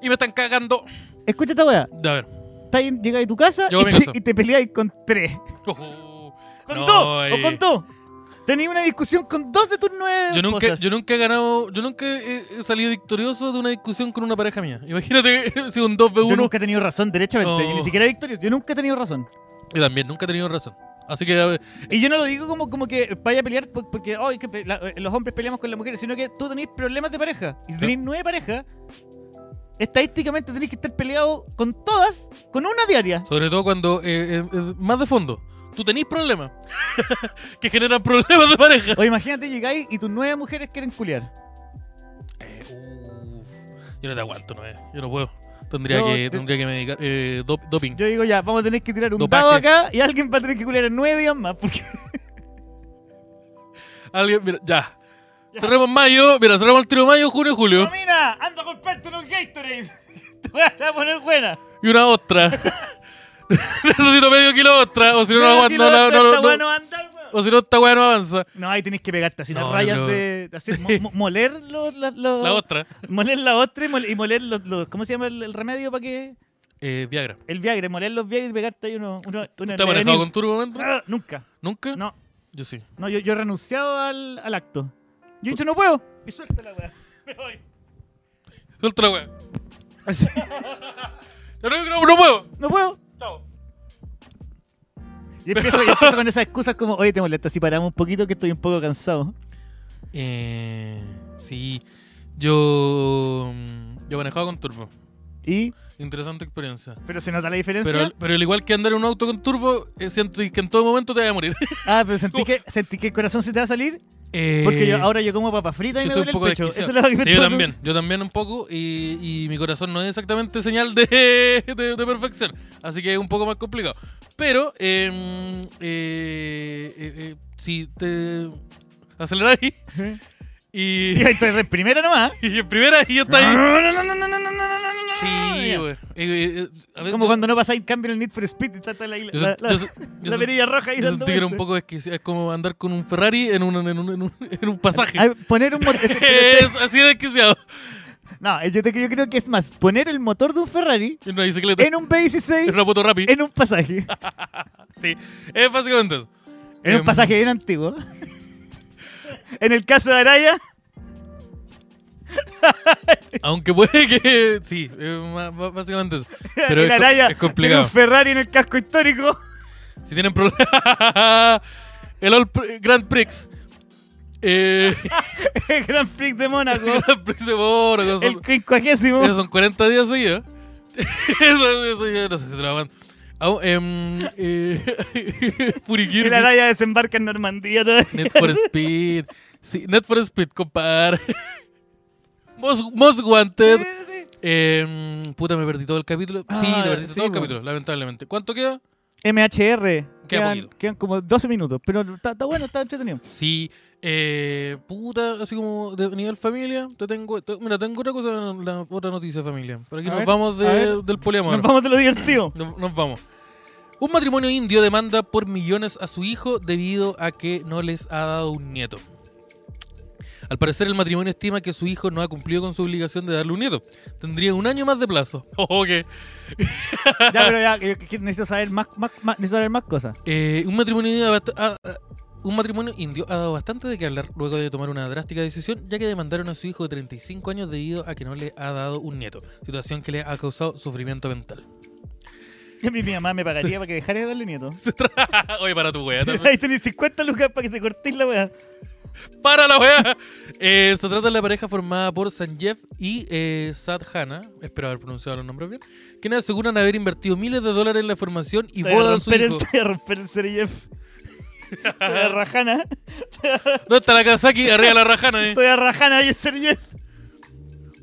Speaker 2: y me están cagando.
Speaker 1: Escucha esta weá,
Speaker 2: A ver.
Speaker 1: está ahí- llegáis a tu casa
Speaker 2: Llego a
Speaker 1: y
Speaker 2: mi
Speaker 1: te,
Speaker 2: casa.
Speaker 1: y te peleáis con tres.
Speaker 2: Ojo.
Speaker 1: Con
Speaker 2: No,
Speaker 1: dos,
Speaker 2: eh.
Speaker 1: o con dos. Tenéis una discusión con dos de tus nueve
Speaker 2: Yo nunca,
Speaker 1: esposas.
Speaker 2: yo nunca he ganado, yo nunca he he salido victorioso de una discusión con una pareja mía. Imagínate *laughs* que si un 2v1.
Speaker 1: Yo
Speaker 2: Yo,
Speaker 1: nunca he tenido razón, derechamente.
Speaker 2: No.
Speaker 1: Yo ni siquiera victorio. Yo nunca he tenido razón.
Speaker 2: también nunca he tenido razón. Así que, a ver,
Speaker 1: Y yo no lo digo como, como que vaya a pelear por- porque oh, es que pe- la- eh, los hombres peleamos con las mujeres, sino que tú tenéis problemas de pareja. Y si tenéis nueve parejas, estadísticamente tenéis que estar peleado con todas, con una diaria.
Speaker 2: sobre todo cuando, eh, eh, eh, más de fondo, tú tenés problemas *laughs* que generan problemas de pareja.
Speaker 1: O imagínate, llegáis y tus nueve mujeres quieren culiar.
Speaker 2: Eh, uf. yo no te aguanto, no es. Yo no puedo. Tendría,
Speaker 1: Yo
Speaker 2: que,
Speaker 1: te-
Speaker 2: tendría que medicar eh, dop- doping.
Speaker 1: Yo digo ya, vamos a tener que tirar un
Speaker 2: Dopaje.
Speaker 1: dado acá y alguien va a tener que culiar en nueve días más. Porque
Speaker 2: Alguien, mira, ya. Cerremos mayo, mira, cerremos el tiro mayo,
Speaker 1: *laughs*
Speaker 2: junio, julio.
Speaker 1: ¡Domina! ¡Anda a comprarte unos Gatorade! *laughs* ¡Te vas a poner buena!
Speaker 2: Y una ostra. *laughs* Necesito medio kilo de ostra, o si no, no aguanto.
Speaker 1: Tranquilo,
Speaker 2: no- no-
Speaker 1: esta
Speaker 2: no-
Speaker 1: weá no va a andar, weón.
Speaker 2: O si no, esta weá no avanza.
Speaker 1: No, ahí tenés que pegarte así
Speaker 2: No,
Speaker 1: las rayas
Speaker 2: no.
Speaker 1: de, de hacer mo- mo- moler los, los- los-
Speaker 2: *laughs* La otra.
Speaker 1: moler la ostra y, mol- y moler los, los- ¿cómo se llama el, el remedio para que
Speaker 2: Eh, Viagra.
Speaker 1: el Viagra, moler los Viagra y pegarte ahí uno, uno, una
Speaker 2: ¿Te has manejado
Speaker 1: levenil.
Speaker 2: con turbamento?
Speaker 1: *laughs* Ah, nunca.
Speaker 2: ¿Nunca?
Speaker 1: No,
Speaker 2: Yo sí.
Speaker 1: no, yo, yo he renunciado al, al acto. Yo he dicho no puedo y suelta la weá. *laughs* Me voy.
Speaker 2: Suelta la wea. *laughs*
Speaker 1: Así,
Speaker 2: No, no, no, no puedo.
Speaker 1: no puedo.
Speaker 2: Chao.
Speaker 1: Y empiezo, y empiezo con esas excusas como, oye, te molesta si paramos un poquito que estoy un poco cansado.
Speaker 2: Eh, sí. Yo. mm, Yo manejaba con turbo.
Speaker 1: Y,
Speaker 2: Interesante experiencia.
Speaker 1: pero se nota la diferencia.
Speaker 2: Pero, pero al igual que andar en un auto con turbo, eh, siento que en todo momento te vas a morir.
Speaker 1: ah, pero sentí que, sentí que el corazón se te va a salir
Speaker 2: *laughs* Eh,
Speaker 1: Porque yo, ahora yo como papa frita y
Speaker 2: yo
Speaker 1: me
Speaker 2: soy
Speaker 1: duele el
Speaker 2: un poco
Speaker 1: pecho. Eso
Speaker 2: desquiciado.
Speaker 1: es lo que me
Speaker 2: Sí,
Speaker 1: pasa.
Speaker 2: yo también, yo también un poco y, y mi corazón no es exactamente señal de, de- *laughs* de perfección, así que es un poco más complicado. Pero eh, eh, eh, eh, si te aceleras y,
Speaker 1: Y *laughs*
Speaker 2: y, *laughs*
Speaker 1: ahí estoy re primero nomás.
Speaker 2: y en primera y ya está ahí. Sí,
Speaker 1: *laughs* Sí,
Speaker 2: güey. Eh, eh, a ver,
Speaker 1: Como
Speaker 2: yo-
Speaker 1: cuando no pasáis cambio en el Need for Speed y está toda la, la,
Speaker 2: yo
Speaker 1: la,
Speaker 2: sent- yo sent- yo
Speaker 1: la
Speaker 2: sent-
Speaker 1: perilla roja ahí
Speaker 2: yo
Speaker 1: dando
Speaker 2: sentí que era un
Speaker 1: vueltas.
Speaker 2: poco desquiciado, es como andar con un Ferrari en un, en un, en un- en un pasaje.
Speaker 1: Ay, poner un motor.
Speaker 2: *laughs* es así de desquiciado.
Speaker 1: este, no, yo, te- yo creo que es más poner el motor de un Ferrari
Speaker 2: En una bicicleta, *laughs*
Speaker 1: en un B16
Speaker 2: en una moto rápida.
Speaker 1: en un pasaje.
Speaker 2: Sí, es eh, básicamente eso.
Speaker 1: En un
Speaker 2: Em.
Speaker 1: pasaje bien antiguo. *laughs* en el caso de Araya,
Speaker 2: Aunque puede que. *laughs* Sí, eh, ma- ba-
Speaker 1: *laughs*
Speaker 2: básicamente eso. Pero
Speaker 1: en
Speaker 2: es, co-
Speaker 1: Araya,
Speaker 2: es
Speaker 1: tiene
Speaker 2: complicado.
Speaker 1: un Ferrari en el casco histórico. *laughs*
Speaker 2: Si tienen problemas. *laughs* el All Pr- Grand Prix.
Speaker 1: *laughs*
Speaker 2: Eh, *laughs*
Speaker 1: el Grand Prix de Mónaco.
Speaker 2: el Grand Prix de Boro. Esos,
Speaker 1: el
Speaker 2: son-
Speaker 1: quincuagésimo.
Speaker 2: esos son 40 días seguidos. *laughs* eso, eso yo no sé si trabajan. Au, em, eh, *laughs*
Speaker 1: Y
Speaker 2: Furigiri,
Speaker 1: la Araya desembarca en Normandía todavía.
Speaker 2: Net for Speed. Sí, Net for Speed, compadre. *laughs* Most, Most Wanted.
Speaker 1: Sí, sí.
Speaker 2: Em, puta, me perdí todo el capítulo. Sí,
Speaker 1: Ah,
Speaker 2: te perdiste
Speaker 1: sí,
Speaker 2: todo el
Speaker 1: bueno.
Speaker 2: capítulo, lamentablemente. ¿Cuánto queda?
Speaker 1: MHR. Quedan,
Speaker 2: poquito.
Speaker 1: quedan como 12 minutos, pero está, está bueno, está entretenido.
Speaker 2: Sí, eh, puta, así como de nivel familia, te tengo, te- mira, tengo otra cosa, la otra noticia de familia. Por aquí
Speaker 1: A
Speaker 2: nos
Speaker 1: ver,
Speaker 2: vamos de-
Speaker 1: a ver.
Speaker 2: del poliamor.
Speaker 1: Nos vamos de lo
Speaker 2: *laughs*
Speaker 1: divertido.
Speaker 2: Nos, nos vamos. Un matrimonio indio demanda por millones a su hijo debido a que no les ha dado un nieto. Al parecer el matrimonio estima que su hijo no ha cumplido con su obligación de darle un nieto. Tendría un año más de plazo. *laughs* Ojo que
Speaker 1: ya, pero ya, eh, que- que- que necesito saber más, más, más- necesito saber más cosas.
Speaker 2: Eh, un, matrimonio indio ha bast- ha- ha- un matrimonio indio ha dado bastante de qué hablar luego de tomar una drástica decisión, ya que demandaron a su hijo de 35 años debido a que no le ha dado un nieto, situación que le ha causado sufrimiento mental.
Speaker 1: *laughs*
Speaker 2: *laughs*
Speaker 1: Mi, mi mamá me pagaría para que dejara de darle nieto.
Speaker 2: Oye, para tu wea. también.
Speaker 1: *laughs* Ahí tenés 50 lucas para que te cortéis la weá.
Speaker 2: para la wea. Eh, se trata de la pareja formada por Sanjeev y eh, Sadhana, espero haber pronunciado los nombres bien, quienes aseguran haber invertido miles de dólares en la formación
Speaker 1: Te
Speaker 2: y
Speaker 1: voy a
Speaker 2: boda de su
Speaker 1: romper el,
Speaker 2: hijo.
Speaker 1: te voy a romper el
Speaker 2: *laughs*
Speaker 1: Sereyef. Te voy a Rajana.
Speaker 2: ¿Dónde está la Kazaki? Arriba la
Speaker 1: *laughs*
Speaker 2: Rajana, eh.
Speaker 1: Te voy a Rajana y el Sereyef.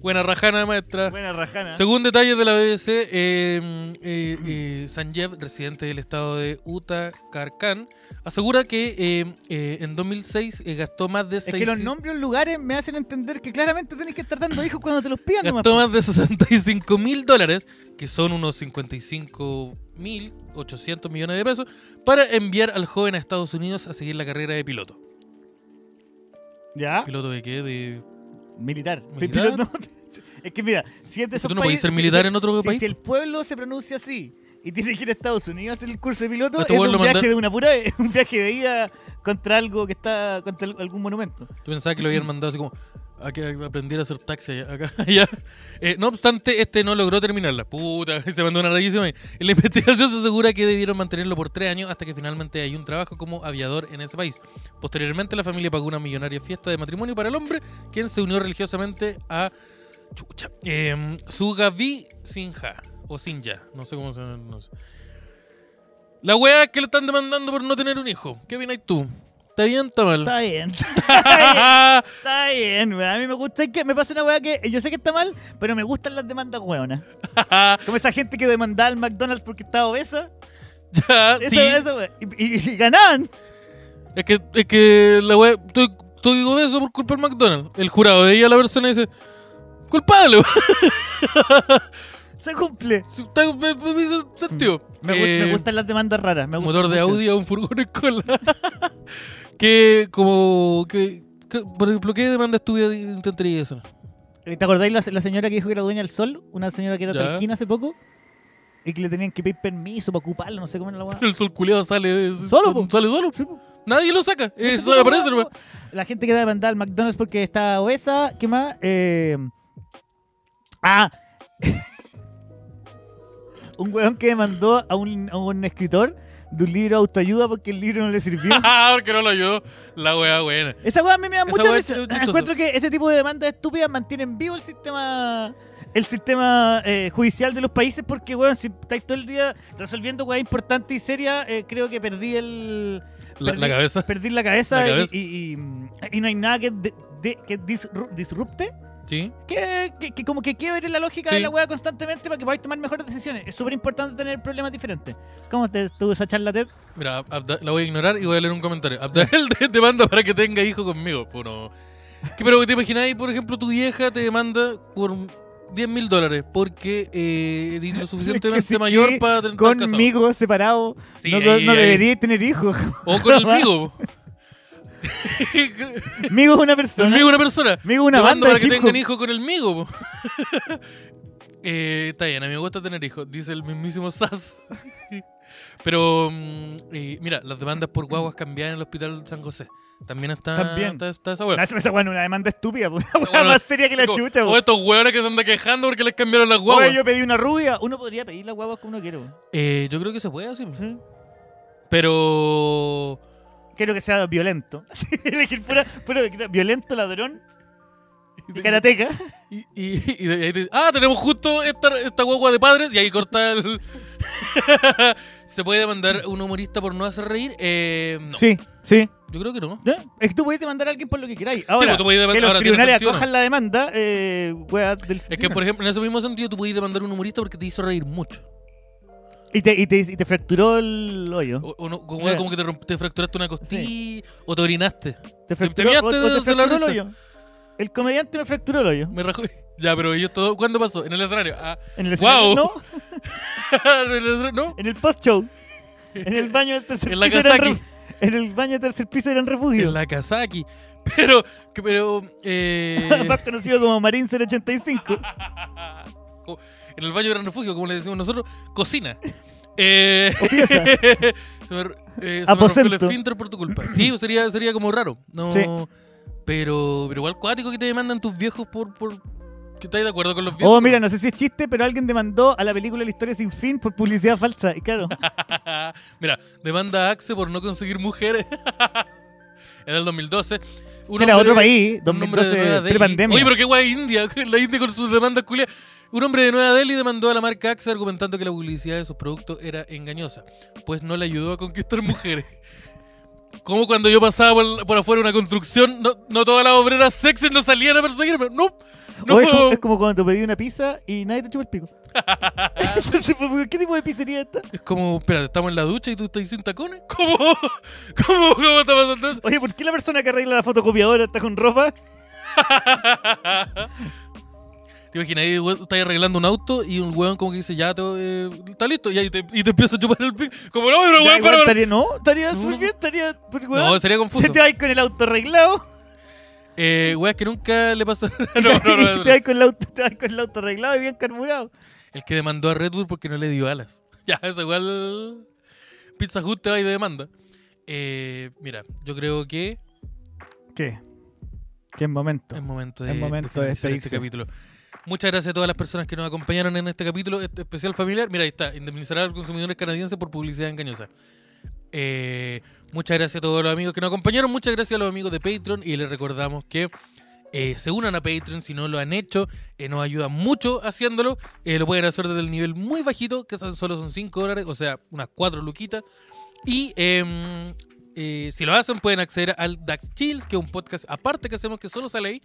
Speaker 2: Buena Rajana, maestra.
Speaker 1: Buena Rajana.
Speaker 2: Según detalles de la BBC, eh, eh, eh, Sanjeev, residente del estado de Utah Karkan, asegura que eh, eh, en 2006 eh, gastó más de
Speaker 1: Es que los
Speaker 2: 600
Speaker 1: nombres de los lugares me hacen entender que claramente tenés que estar dando hijos cuando te los pidan nomás.
Speaker 2: gastó más de 65 mil dólares, que son unos 55 mil 800 millones de pesos, para enviar al joven a Estados Unidos a seguir la carrera de piloto.
Speaker 1: Ya.
Speaker 2: ¿Piloto de qué? De...
Speaker 1: Militar.
Speaker 2: ¿Militar?
Speaker 1: Piloto- *laughs* Es que mira, si es de esos
Speaker 2: ¿Tú no podías
Speaker 1: países-
Speaker 2: ser
Speaker 1: si-
Speaker 2: militar
Speaker 1: si-
Speaker 2: en otro
Speaker 1: si-
Speaker 2: país?
Speaker 1: Si el pueblo se pronuncia así y tiene que ir a Estados Unidos a hacer el curso de piloto, es
Speaker 2: A este
Speaker 1: de
Speaker 2: weón
Speaker 1: un
Speaker 2: lo
Speaker 1: viaje
Speaker 2: mandaron-
Speaker 1: de una pura vez, *laughs* un viaje de ida contra algo que está, contra al- algún monumento.
Speaker 2: Yo pensaba que lo habían mandado así como a que aprendiera a hacer taxi allá, acá, *laughs* allá. Eh, no obstante, este no logró terminarla. Puta, *laughs* se mandó una rarísima. ahí. En la investigación *laughs* se asegura que debieron mantenerlo por tres años hasta que finalmente hay un trabajo como aviador en ese país. Posteriormente, la familia pagó una millonaria fiesta de matrimonio para el hombre, quien se unió religiosamente a chucha, em, Sugavi Sinha o Sinja, no sé cómo se no sé. La wea es que le están demandando por no tener un hijo. ¿Qué opinas tú? ¿Está bien, está
Speaker 1: *laughs*
Speaker 2: mal?
Speaker 1: Está bien.
Speaker 2: *laughs*
Speaker 1: Está bien, weón. A mí me gusta que me pasa una weá que yo sé que está mal, pero me gustan las demandas weonas.
Speaker 2: *laughs*
Speaker 1: Como esa gente que demandaba al McDonald's porque estaba obesa.
Speaker 2: Ya,
Speaker 1: Eso,
Speaker 2: Ah, sí.
Speaker 1: eso, weón. Y, y- y ganaban.
Speaker 2: Es que, es que la wea. Tú, tú digo eso por culpa del McDonald's. El jurado veía a la persona y dice: Culpable, *laughs* weón".
Speaker 1: *laughs* Se cumple.
Speaker 2: Si está- me, me- me hizo sentido.
Speaker 1: Mm, Me, gu- me
Speaker 2: Eh,
Speaker 1: gustan las demandas raras. Me
Speaker 2: Un
Speaker 1: gustan
Speaker 2: motor de
Speaker 1: mucho.
Speaker 2: Audi a un furgón en cola. *laughs* que, como. Que, que- por ejemplo, ¿qué demandas tú intentarías eso?
Speaker 1: Eh, ¿Te acordáis la, la señora que dijo que era dueña del sol? Una señora que era
Speaker 2: Ya.
Speaker 1: talquina hace poco. Y que le tenían que pedir permiso para ocuparlo, no sé cómo era la
Speaker 2: *laughs*
Speaker 1: weá.
Speaker 2: El sol culeado sale. de-
Speaker 1: Ah. Solo, po.
Speaker 2: Sale solo.
Speaker 1: Sí, po.
Speaker 2: Nadie lo saca.
Speaker 1: No sé
Speaker 2: Eso
Speaker 1: cómo era la
Speaker 2: aparece,
Speaker 1: weá,
Speaker 2: nomás. *laughs*
Speaker 1: po. La gente que demandaba al McDonald's porque está obesa, ¿qué más? Eh, Ah. *laughs* un weón que demandó a un, a un escritor de un libro de autoayuda porque el libro no le sirvió.
Speaker 2: Ah, Porque no lo ayudó. La wea buena.
Speaker 1: Esa weá a mí me da
Speaker 2: Esa
Speaker 1: mucha
Speaker 2: weá es
Speaker 1: risa.
Speaker 2: chistoso.
Speaker 1: Encuentro que ese tipo de demandas estúpidas mantienen vivo el sistema el sistema eh, judicial de los países porque, weón, si estáis todo el día resolviendo weá importante y seria, eh, creo que perdí el...
Speaker 2: La, la
Speaker 1: Perdí-
Speaker 2: cabeza.
Speaker 1: Perdí la cabeza,
Speaker 2: La
Speaker 1: y-
Speaker 2: cabeza.
Speaker 1: Y, y- y no hay nada que, de- de- que disru- disrupte
Speaker 2: Sí.
Speaker 1: que, que- que como que quiebre la lógica
Speaker 2: Sí.
Speaker 1: de la weá constantemente para que podáis tomar mejores decisiones. Es súper importante tener problemas diferentes. ¿Cómo te estuvo esa charla, Ted?
Speaker 2: Mira, Abda- la voy a ignorar y voy a leer un comentario. Abdael te demanda para que tenga hijo conmigo. Pero, ¿Qué, pero te imagináis, por ejemplo, tu vieja te demanda por 10 mil dólares porque eh, eres lo
Speaker 1: *laughs*
Speaker 2: suficientemente
Speaker 1: Es que si
Speaker 2: mayor
Speaker 1: quedé
Speaker 2: para tener casado.
Speaker 1: Conmigo, separado,
Speaker 2: Sí,
Speaker 1: no,
Speaker 2: ahí-
Speaker 1: no- no
Speaker 2: ahí.
Speaker 1: debería tener hijos.
Speaker 2: O
Speaker 1: *laughs*
Speaker 2: con el migo.
Speaker 1: Migo es una
Speaker 2: el
Speaker 1: persona.
Speaker 2: migo es una persona.
Speaker 1: *laughs*
Speaker 2: *laughs*
Speaker 1: Migo es una banda
Speaker 2: demanda para
Speaker 1: de
Speaker 2: que
Speaker 1: hip
Speaker 2: tengan
Speaker 1: hop.
Speaker 2: hijo con el migo. po. *laughs* Eh, está bien, a mí me gusta tener hijos, dice el mismísimo Sass. *laughs* Pero, mm, eh, mira, las demandas por guaguas cambiadas en el hospital San José. También está,
Speaker 1: También.
Speaker 2: está, está esa hueá.
Speaker 1: Esa esa weá no es una demanda estúpida, po, *laughs* una weá
Speaker 2: bueno,
Speaker 1: más seria que la
Speaker 2: Como,
Speaker 1: chucha,
Speaker 2: O
Speaker 1: weón.
Speaker 2: oh, estos hueones que se andan quejando porque les cambiaron las guaguas.
Speaker 1: Oye, yo pedí una rubia. Uno podría pedir la guagua que uno quiere. weón.
Speaker 2: Eh, yo creo que se puede así. Pero.
Speaker 1: Quiero que sea violento. *laughs* Elegir pura, pura- violento, ladrón y karateca.
Speaker 2: Y, y- y de ahí te- ah, tenemos justo esta, esta guagua de padres y ahí corta el. *laughs* ¿Se puede demandar un humorista por no hacer reír? Eh, no,
Speaker 1: Sí, sí.
Speaker 2: yo creo que no.
Speaker 1: ¿Ya? Es que tú puedes demandar a alguien por lo que queráis. Ahora,
Speaker 2: pues tú podés demandar-
Speaker 1: que los
Speaker 2: ahora tiene
Speaker 1: tribunales
Speaker 2: sentido, ¿no?
Speaker 1: acojan la demanda, eh, weá del
Speaker 2: Es
Speaker 1: *laughs*
Speaker 2: que, por ejemplo, en ese mismo sentido, tú podías demandar a un humorista porque te hizo reír mucho.
Speaker 1: y, te, y, te, y te fracturó el hoyo.
Speaker 2: O, o no, como,
Speaker 1: Claro.
Speaker 2: como que te, romp- te fracturaste una costilla o te orinaste.
Speaker 1: Te fracturó,
Speaker 2: measte
Speaker 1: o- o
Speaker 2: de- de la
Speaker 1: te fracturó el
Speaker 2: risa.
Speaker 1: hoyo. El comediante me fracturó el hoyo.
Speaker 2: Me rajó. *laughs* Ya, pero ellos todo. ¿Cuándo pasó? En el escenario. Ah, *laughs*
Speaker 1: En el escenario,
Speaker 2: Guau.
Speaker 1: no,
Speaker 2: en el escenario. No.
Speaker 1: en el post-show. En el baño del tercer
Speaker 2: *laughs* En la
Speaker 1: piso. eran
Speaker 2: Kazaki.
Speaker 1: ref- en el baño del tercer piso eran refugio.
Speaker 2: En la Kazaki. Pero. que- Pero.
Speaker 1: *laughs*
Speaker 2: Eh,
Speaker 1: Más conocido como Marín 085.
Speaker 2: Ah, Como- en el baño de Gran Refugio, como le decimos nosotros,
Speaker 1: *laughs*
Speaker 2: cocina. Eh,
Speaker 1: O pieza.
Speaker 2: *laughs* se me, eh, se me rompió el
Speaker 1: Aposento.
Speaker 2: esfínter por tu culpa. Sí, pues sería, sería como raro. No,
Speaker 1: Sí.
Speaker 2: pero, pero igual cuático que te demandan tus viejos por... por que estáis de acuerdo con los viejos.
Speaker 1: Oh, mira, no sé si es chiste, pero alguien demandó a la película La historia sin fin por publicidad falsa. Y claro,
Speaker 2: Mira, demanda a Axe por no conseguir mujeres. *laughs* en el 2012. *laughs* Un
Speaker 1: era
Speaker 2: hombre-
Speaker 1: otro país,
Speaker 2: un hombre de
Speaker 1: 2012,
Speaker 2: Nueva Delhi-
Speaker 1: pre-pandemia.
Speaker 2: Oye, pero qué guay India, *laughs* la India con sus demandas culiadas. Un hombre de Nueva Delhi demandó a la marca Axe argumentando que la publicidad de sus productos era engañosa, pues no le ayudó a conquistar mujeres. *laughs* Como cuando yo pasaba por, por afuera de una construcción, no, no todas las obreras sexy no salían a perseguirme. No, no.
Speaker 1: O es, como, es como cuando te pedí una pizza y nadie te chupa
Speaker 2: *laughs*
Speaker 1: el pico. *laughs* Entonces, pues, ¿Qué tipo de pizzería es esta?
Speaker 2: Es como, espérate, estamos en la ducha y tú estás sin tacones. *laughs* ¿Cómo? ¿Cómo, cómo está pasando eso?
Speaker 1: Oye, ¿por qué la persona que arregla la fotocopiadora está con ropa?
Speaker 2: Te imaginas, ahí, weón, estás arreglando un auto y un weón como que dice, ya, te- eh, está listo. Y ahí te, y te empieza a chupar el pico. Como, no, pero
Speaker 1: Ya,
Speaker 2: weón,
Speaker 1: igual
Speaker 2: pero...
Speaker 1: estaría, no, estaría
Speaker 2: No,
Speaker 1: súper bien, estaría. Pero, weón,
Speaker 2: No, sería
Speaker 1: *laughs*
Speaker 2: confuso.
Speaker 1: te vas con el auto arreglado.
Speaker 2: Eh, weón, que nunca
Speaker 1: *laughs*
Speaker 2: le pasó... *laughs* no, no, no, no, no.
Speaker 1: Te vas con el auto, te vas con el auto arreglado y bien carburado.
Speaker 2: El que demandó a Red Bull porque no le dio alas. *laughs* Ya, eso igual... Pizza Hut te va y te demanda. Eh, mira, yo creo que
Speaker 1: ¿Qué? ¿Qué momento?
Speaker 2: Es momento de,
Speaker 1: Es momento de
Speaker 2: finalizar este
Speaker 1: despedirse.
Speaker 2: capítulo. Muchas gracias a todas las personas que nos acompañaron en este capítulo este especial familiar. Mira, ahí está, indemnizará a los consumidores canadienses por publicidad engañosa. Eh, muchas gracias a todos los amigos que nos acompañaron. Muchas gracias a los amigos de Patreon. Y les recordamos que eh, se unan a Patreon si no lo han hecho. eh, nos ayuda mucho haciéndolo. Eh, lo pueden hacer desde el nivel muy bajito, que son- solo son 5 dólares, o sea, unas 4 luquitas. Y em, eh, si lo hacen, pueden acceder al Dax Chills, que es un podcast aparte que hacemos que solo sale ahí.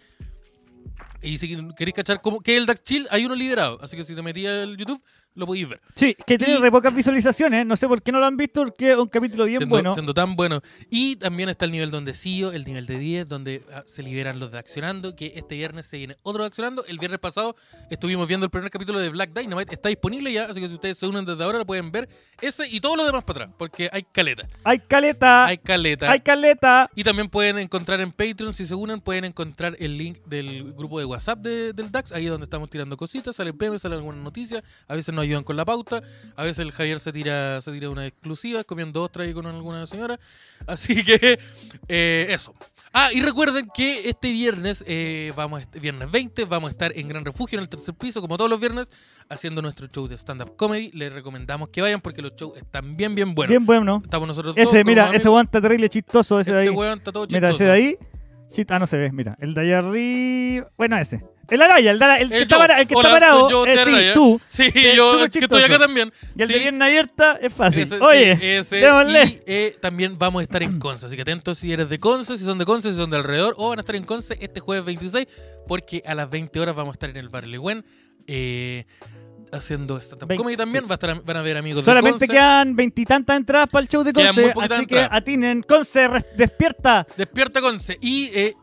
Speaker 2: Y si queréis cachar cómo, que es el Dax Chill, hay uno liderado. Así que si te metí al YouTube, lo podéis ver.
Speaker 1: Sí, que tiene
Speaker 2: Y-
Speaker 1: re pocas visualizaciones. No sé por qué no lo han visto, porque es un capítulo bien
Speaker 2: siendo,
Speaker 1: bueno.
Speaker 2: siendo tan bueno. Y también está el nivel donde CEO, el nivel de 10, donde ah, se liberan los de Accionando, que este viernes se viene otro de Accionando. El viernes pasado estuvimos viendo el primer capítulo de Black Dynamite. Está disponible ya, así que si ustedes se unen desde ahora, lo pueden ver ese y todos los demás para atrás, porque hay caleta.
Speaker 1: ¡Ay, caleta!
Speaker 2: Hay caleta.
Speaker 1: ¡Ay, caleta!
Speaker 2: Y también pueden encontrar en Patreon, si se unen, pueden encontrar el link del grupo de WhatsApp de- del DAX, ahí es donde estamos tirando cositas, salen memes, salen algunas noticias, a veces nos ayudan con la pauta, a veces el Javier se tira, se tira una exclusiva, comiendo otra ahí con alguna señora. *laughs* Así que eh, eso. Ah, y recuerden que este viernes, eh, vamos a est- viernes 20, vamos a estar en Gran Refugio, en el tercer piso, como todos los viernes, haciendo nuestro show de stand-up comedy. Les recomendamos que vayan porque los shows están bien, bien buenos.
Speaker 1: Bien bueno.
Speaker 2: Estamos nosotros todos
Speaker 1: Ese,
Speaker 2: con
Speaker 1: mira,
Speaker 2: unos
Speaker 1: ese
Speaker 2: amigos.
Speaker 1: guante terrible chistoso, ese de ahí.
Speaker 2: Este weón está todo
Speaker 1: Mira, ese
Speaker 2: chistoso.
Speaker 1: de ahí. Chit- ah, no se ve, mira. El de allá arriba. Bueno, ese. El araya, el, de la- el que
Speaker 2: Eh,
Speaker 1: está,
Speaker 2: yo.
Speaker 1: para- el que está
Speaker 2: Hola,
Speaker 1: parado.
Speaker 2: soy yo,
Speaker 1: eh,
Speaker 2: de
Speaker 1: sí,
Speaker 2: Araya.
Speaker 1: tú.
Speaker 2: Sí,
Speaker 1: es
Speaker 2: yo
Speaker 1: súper
Speaker 2: que estoy acá
Speaker 1: chistoso.
Speaker 2: también.
Speaker 1: Y el
Speaker 2: Sí,
Speaker 1: de bien abierta es fácil.
Speaker 2: ese-
Speaker 1: Oye,
Speaker 2: sí, eh, ese.
Speaker 1: démosle.
Speaker 2: Y, eh, también vamos a estar en Conce, así que atentos si eres de Conce, si son de Conce, si son de alrededor, o van a estar en Conce este jueves 26, porque a las 20 horas vamos a estar en el Bar Legüen eh, haciendo stand-up
Speaker 1: Vein-
Speaker 2: comedy también.
Speaker 1: sí.
Speaker 2: Va a estar, van a ver amigos
Speaker 1: Solamente
Speaker 2: de Conce.
Speaker 1: quedan veintitantas entradas para el show de
Speaker 2: Quedan muy
Speaker 1: Conce. Así
Speaker 2: poquitas
Speaker 1: que
Speaker 2: entradas.
Speaker 1: atinen. Conce, res- despierta.
Speaker 2: Despierta Conce. Y eh,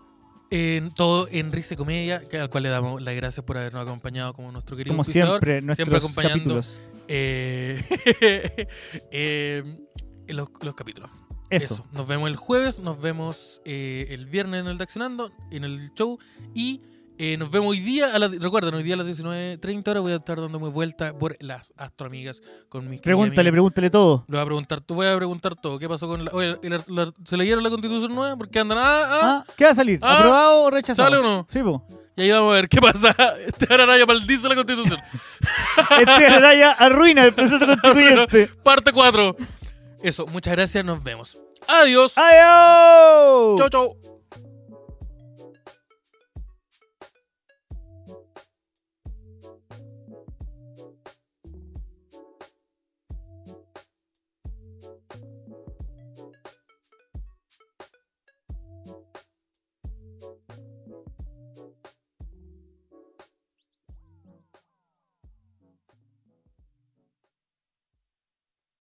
Speaker 2: en todo en Risa y Comedia, que- al cual le damos las gracias por habernos acompañado como nuestro querido
Speaker 1: Como
Speaker 2: auspiciador.
Speaker 1: siempre, nuestros
Speaker 2: acompañando.
Speaker 1: capítulos.
Speaker 2: Eh, *laughs* eh, los, los capítulos.
Speaker 1: Eso.
Speaker 2: Nos vemos el jueves, nos vemos eh, el viernes en el Daccionando, en el show. Y Eh, nos vemos hoy día, a las- recuerden, hoy día a las 19.30 horas voy a estar dándome vuelta por las astroamigas con mis
Speaker 1: Pregúntale,
Speaker 2: queridas amigas.
Speaker 1: pregúntale todo.
Speaker 2: Lo voy a preguntar, tú voy a preguntar todo. ¿Qué pasó con la, oye, ¿y la- la- ¿Se leyeron la constitución nueva? Porque andan, ah, ah,
Speaker 1: Ah, ¿Qué va a salir?
Speaker 2: Ah,
Speaker 1: ¿Aprobado o rechazado?
Speaker 2: ¿sale o no?
Speaker 1: Sí, po.
Speaker 2: Y ahí vamos a ver qué pasa. *laughs* Este Araya maldice la constitución.
Speaker 1: Este Araya arruina el
Speaker 2: *laughs*
Speaker 1: proceso constituyente.
Speaker 2: Parte 4. Eso, muchas gracias, nos vemos. Adiós.
Speaker 1: ¡Adiós!
Speaker 2: Chau, chau.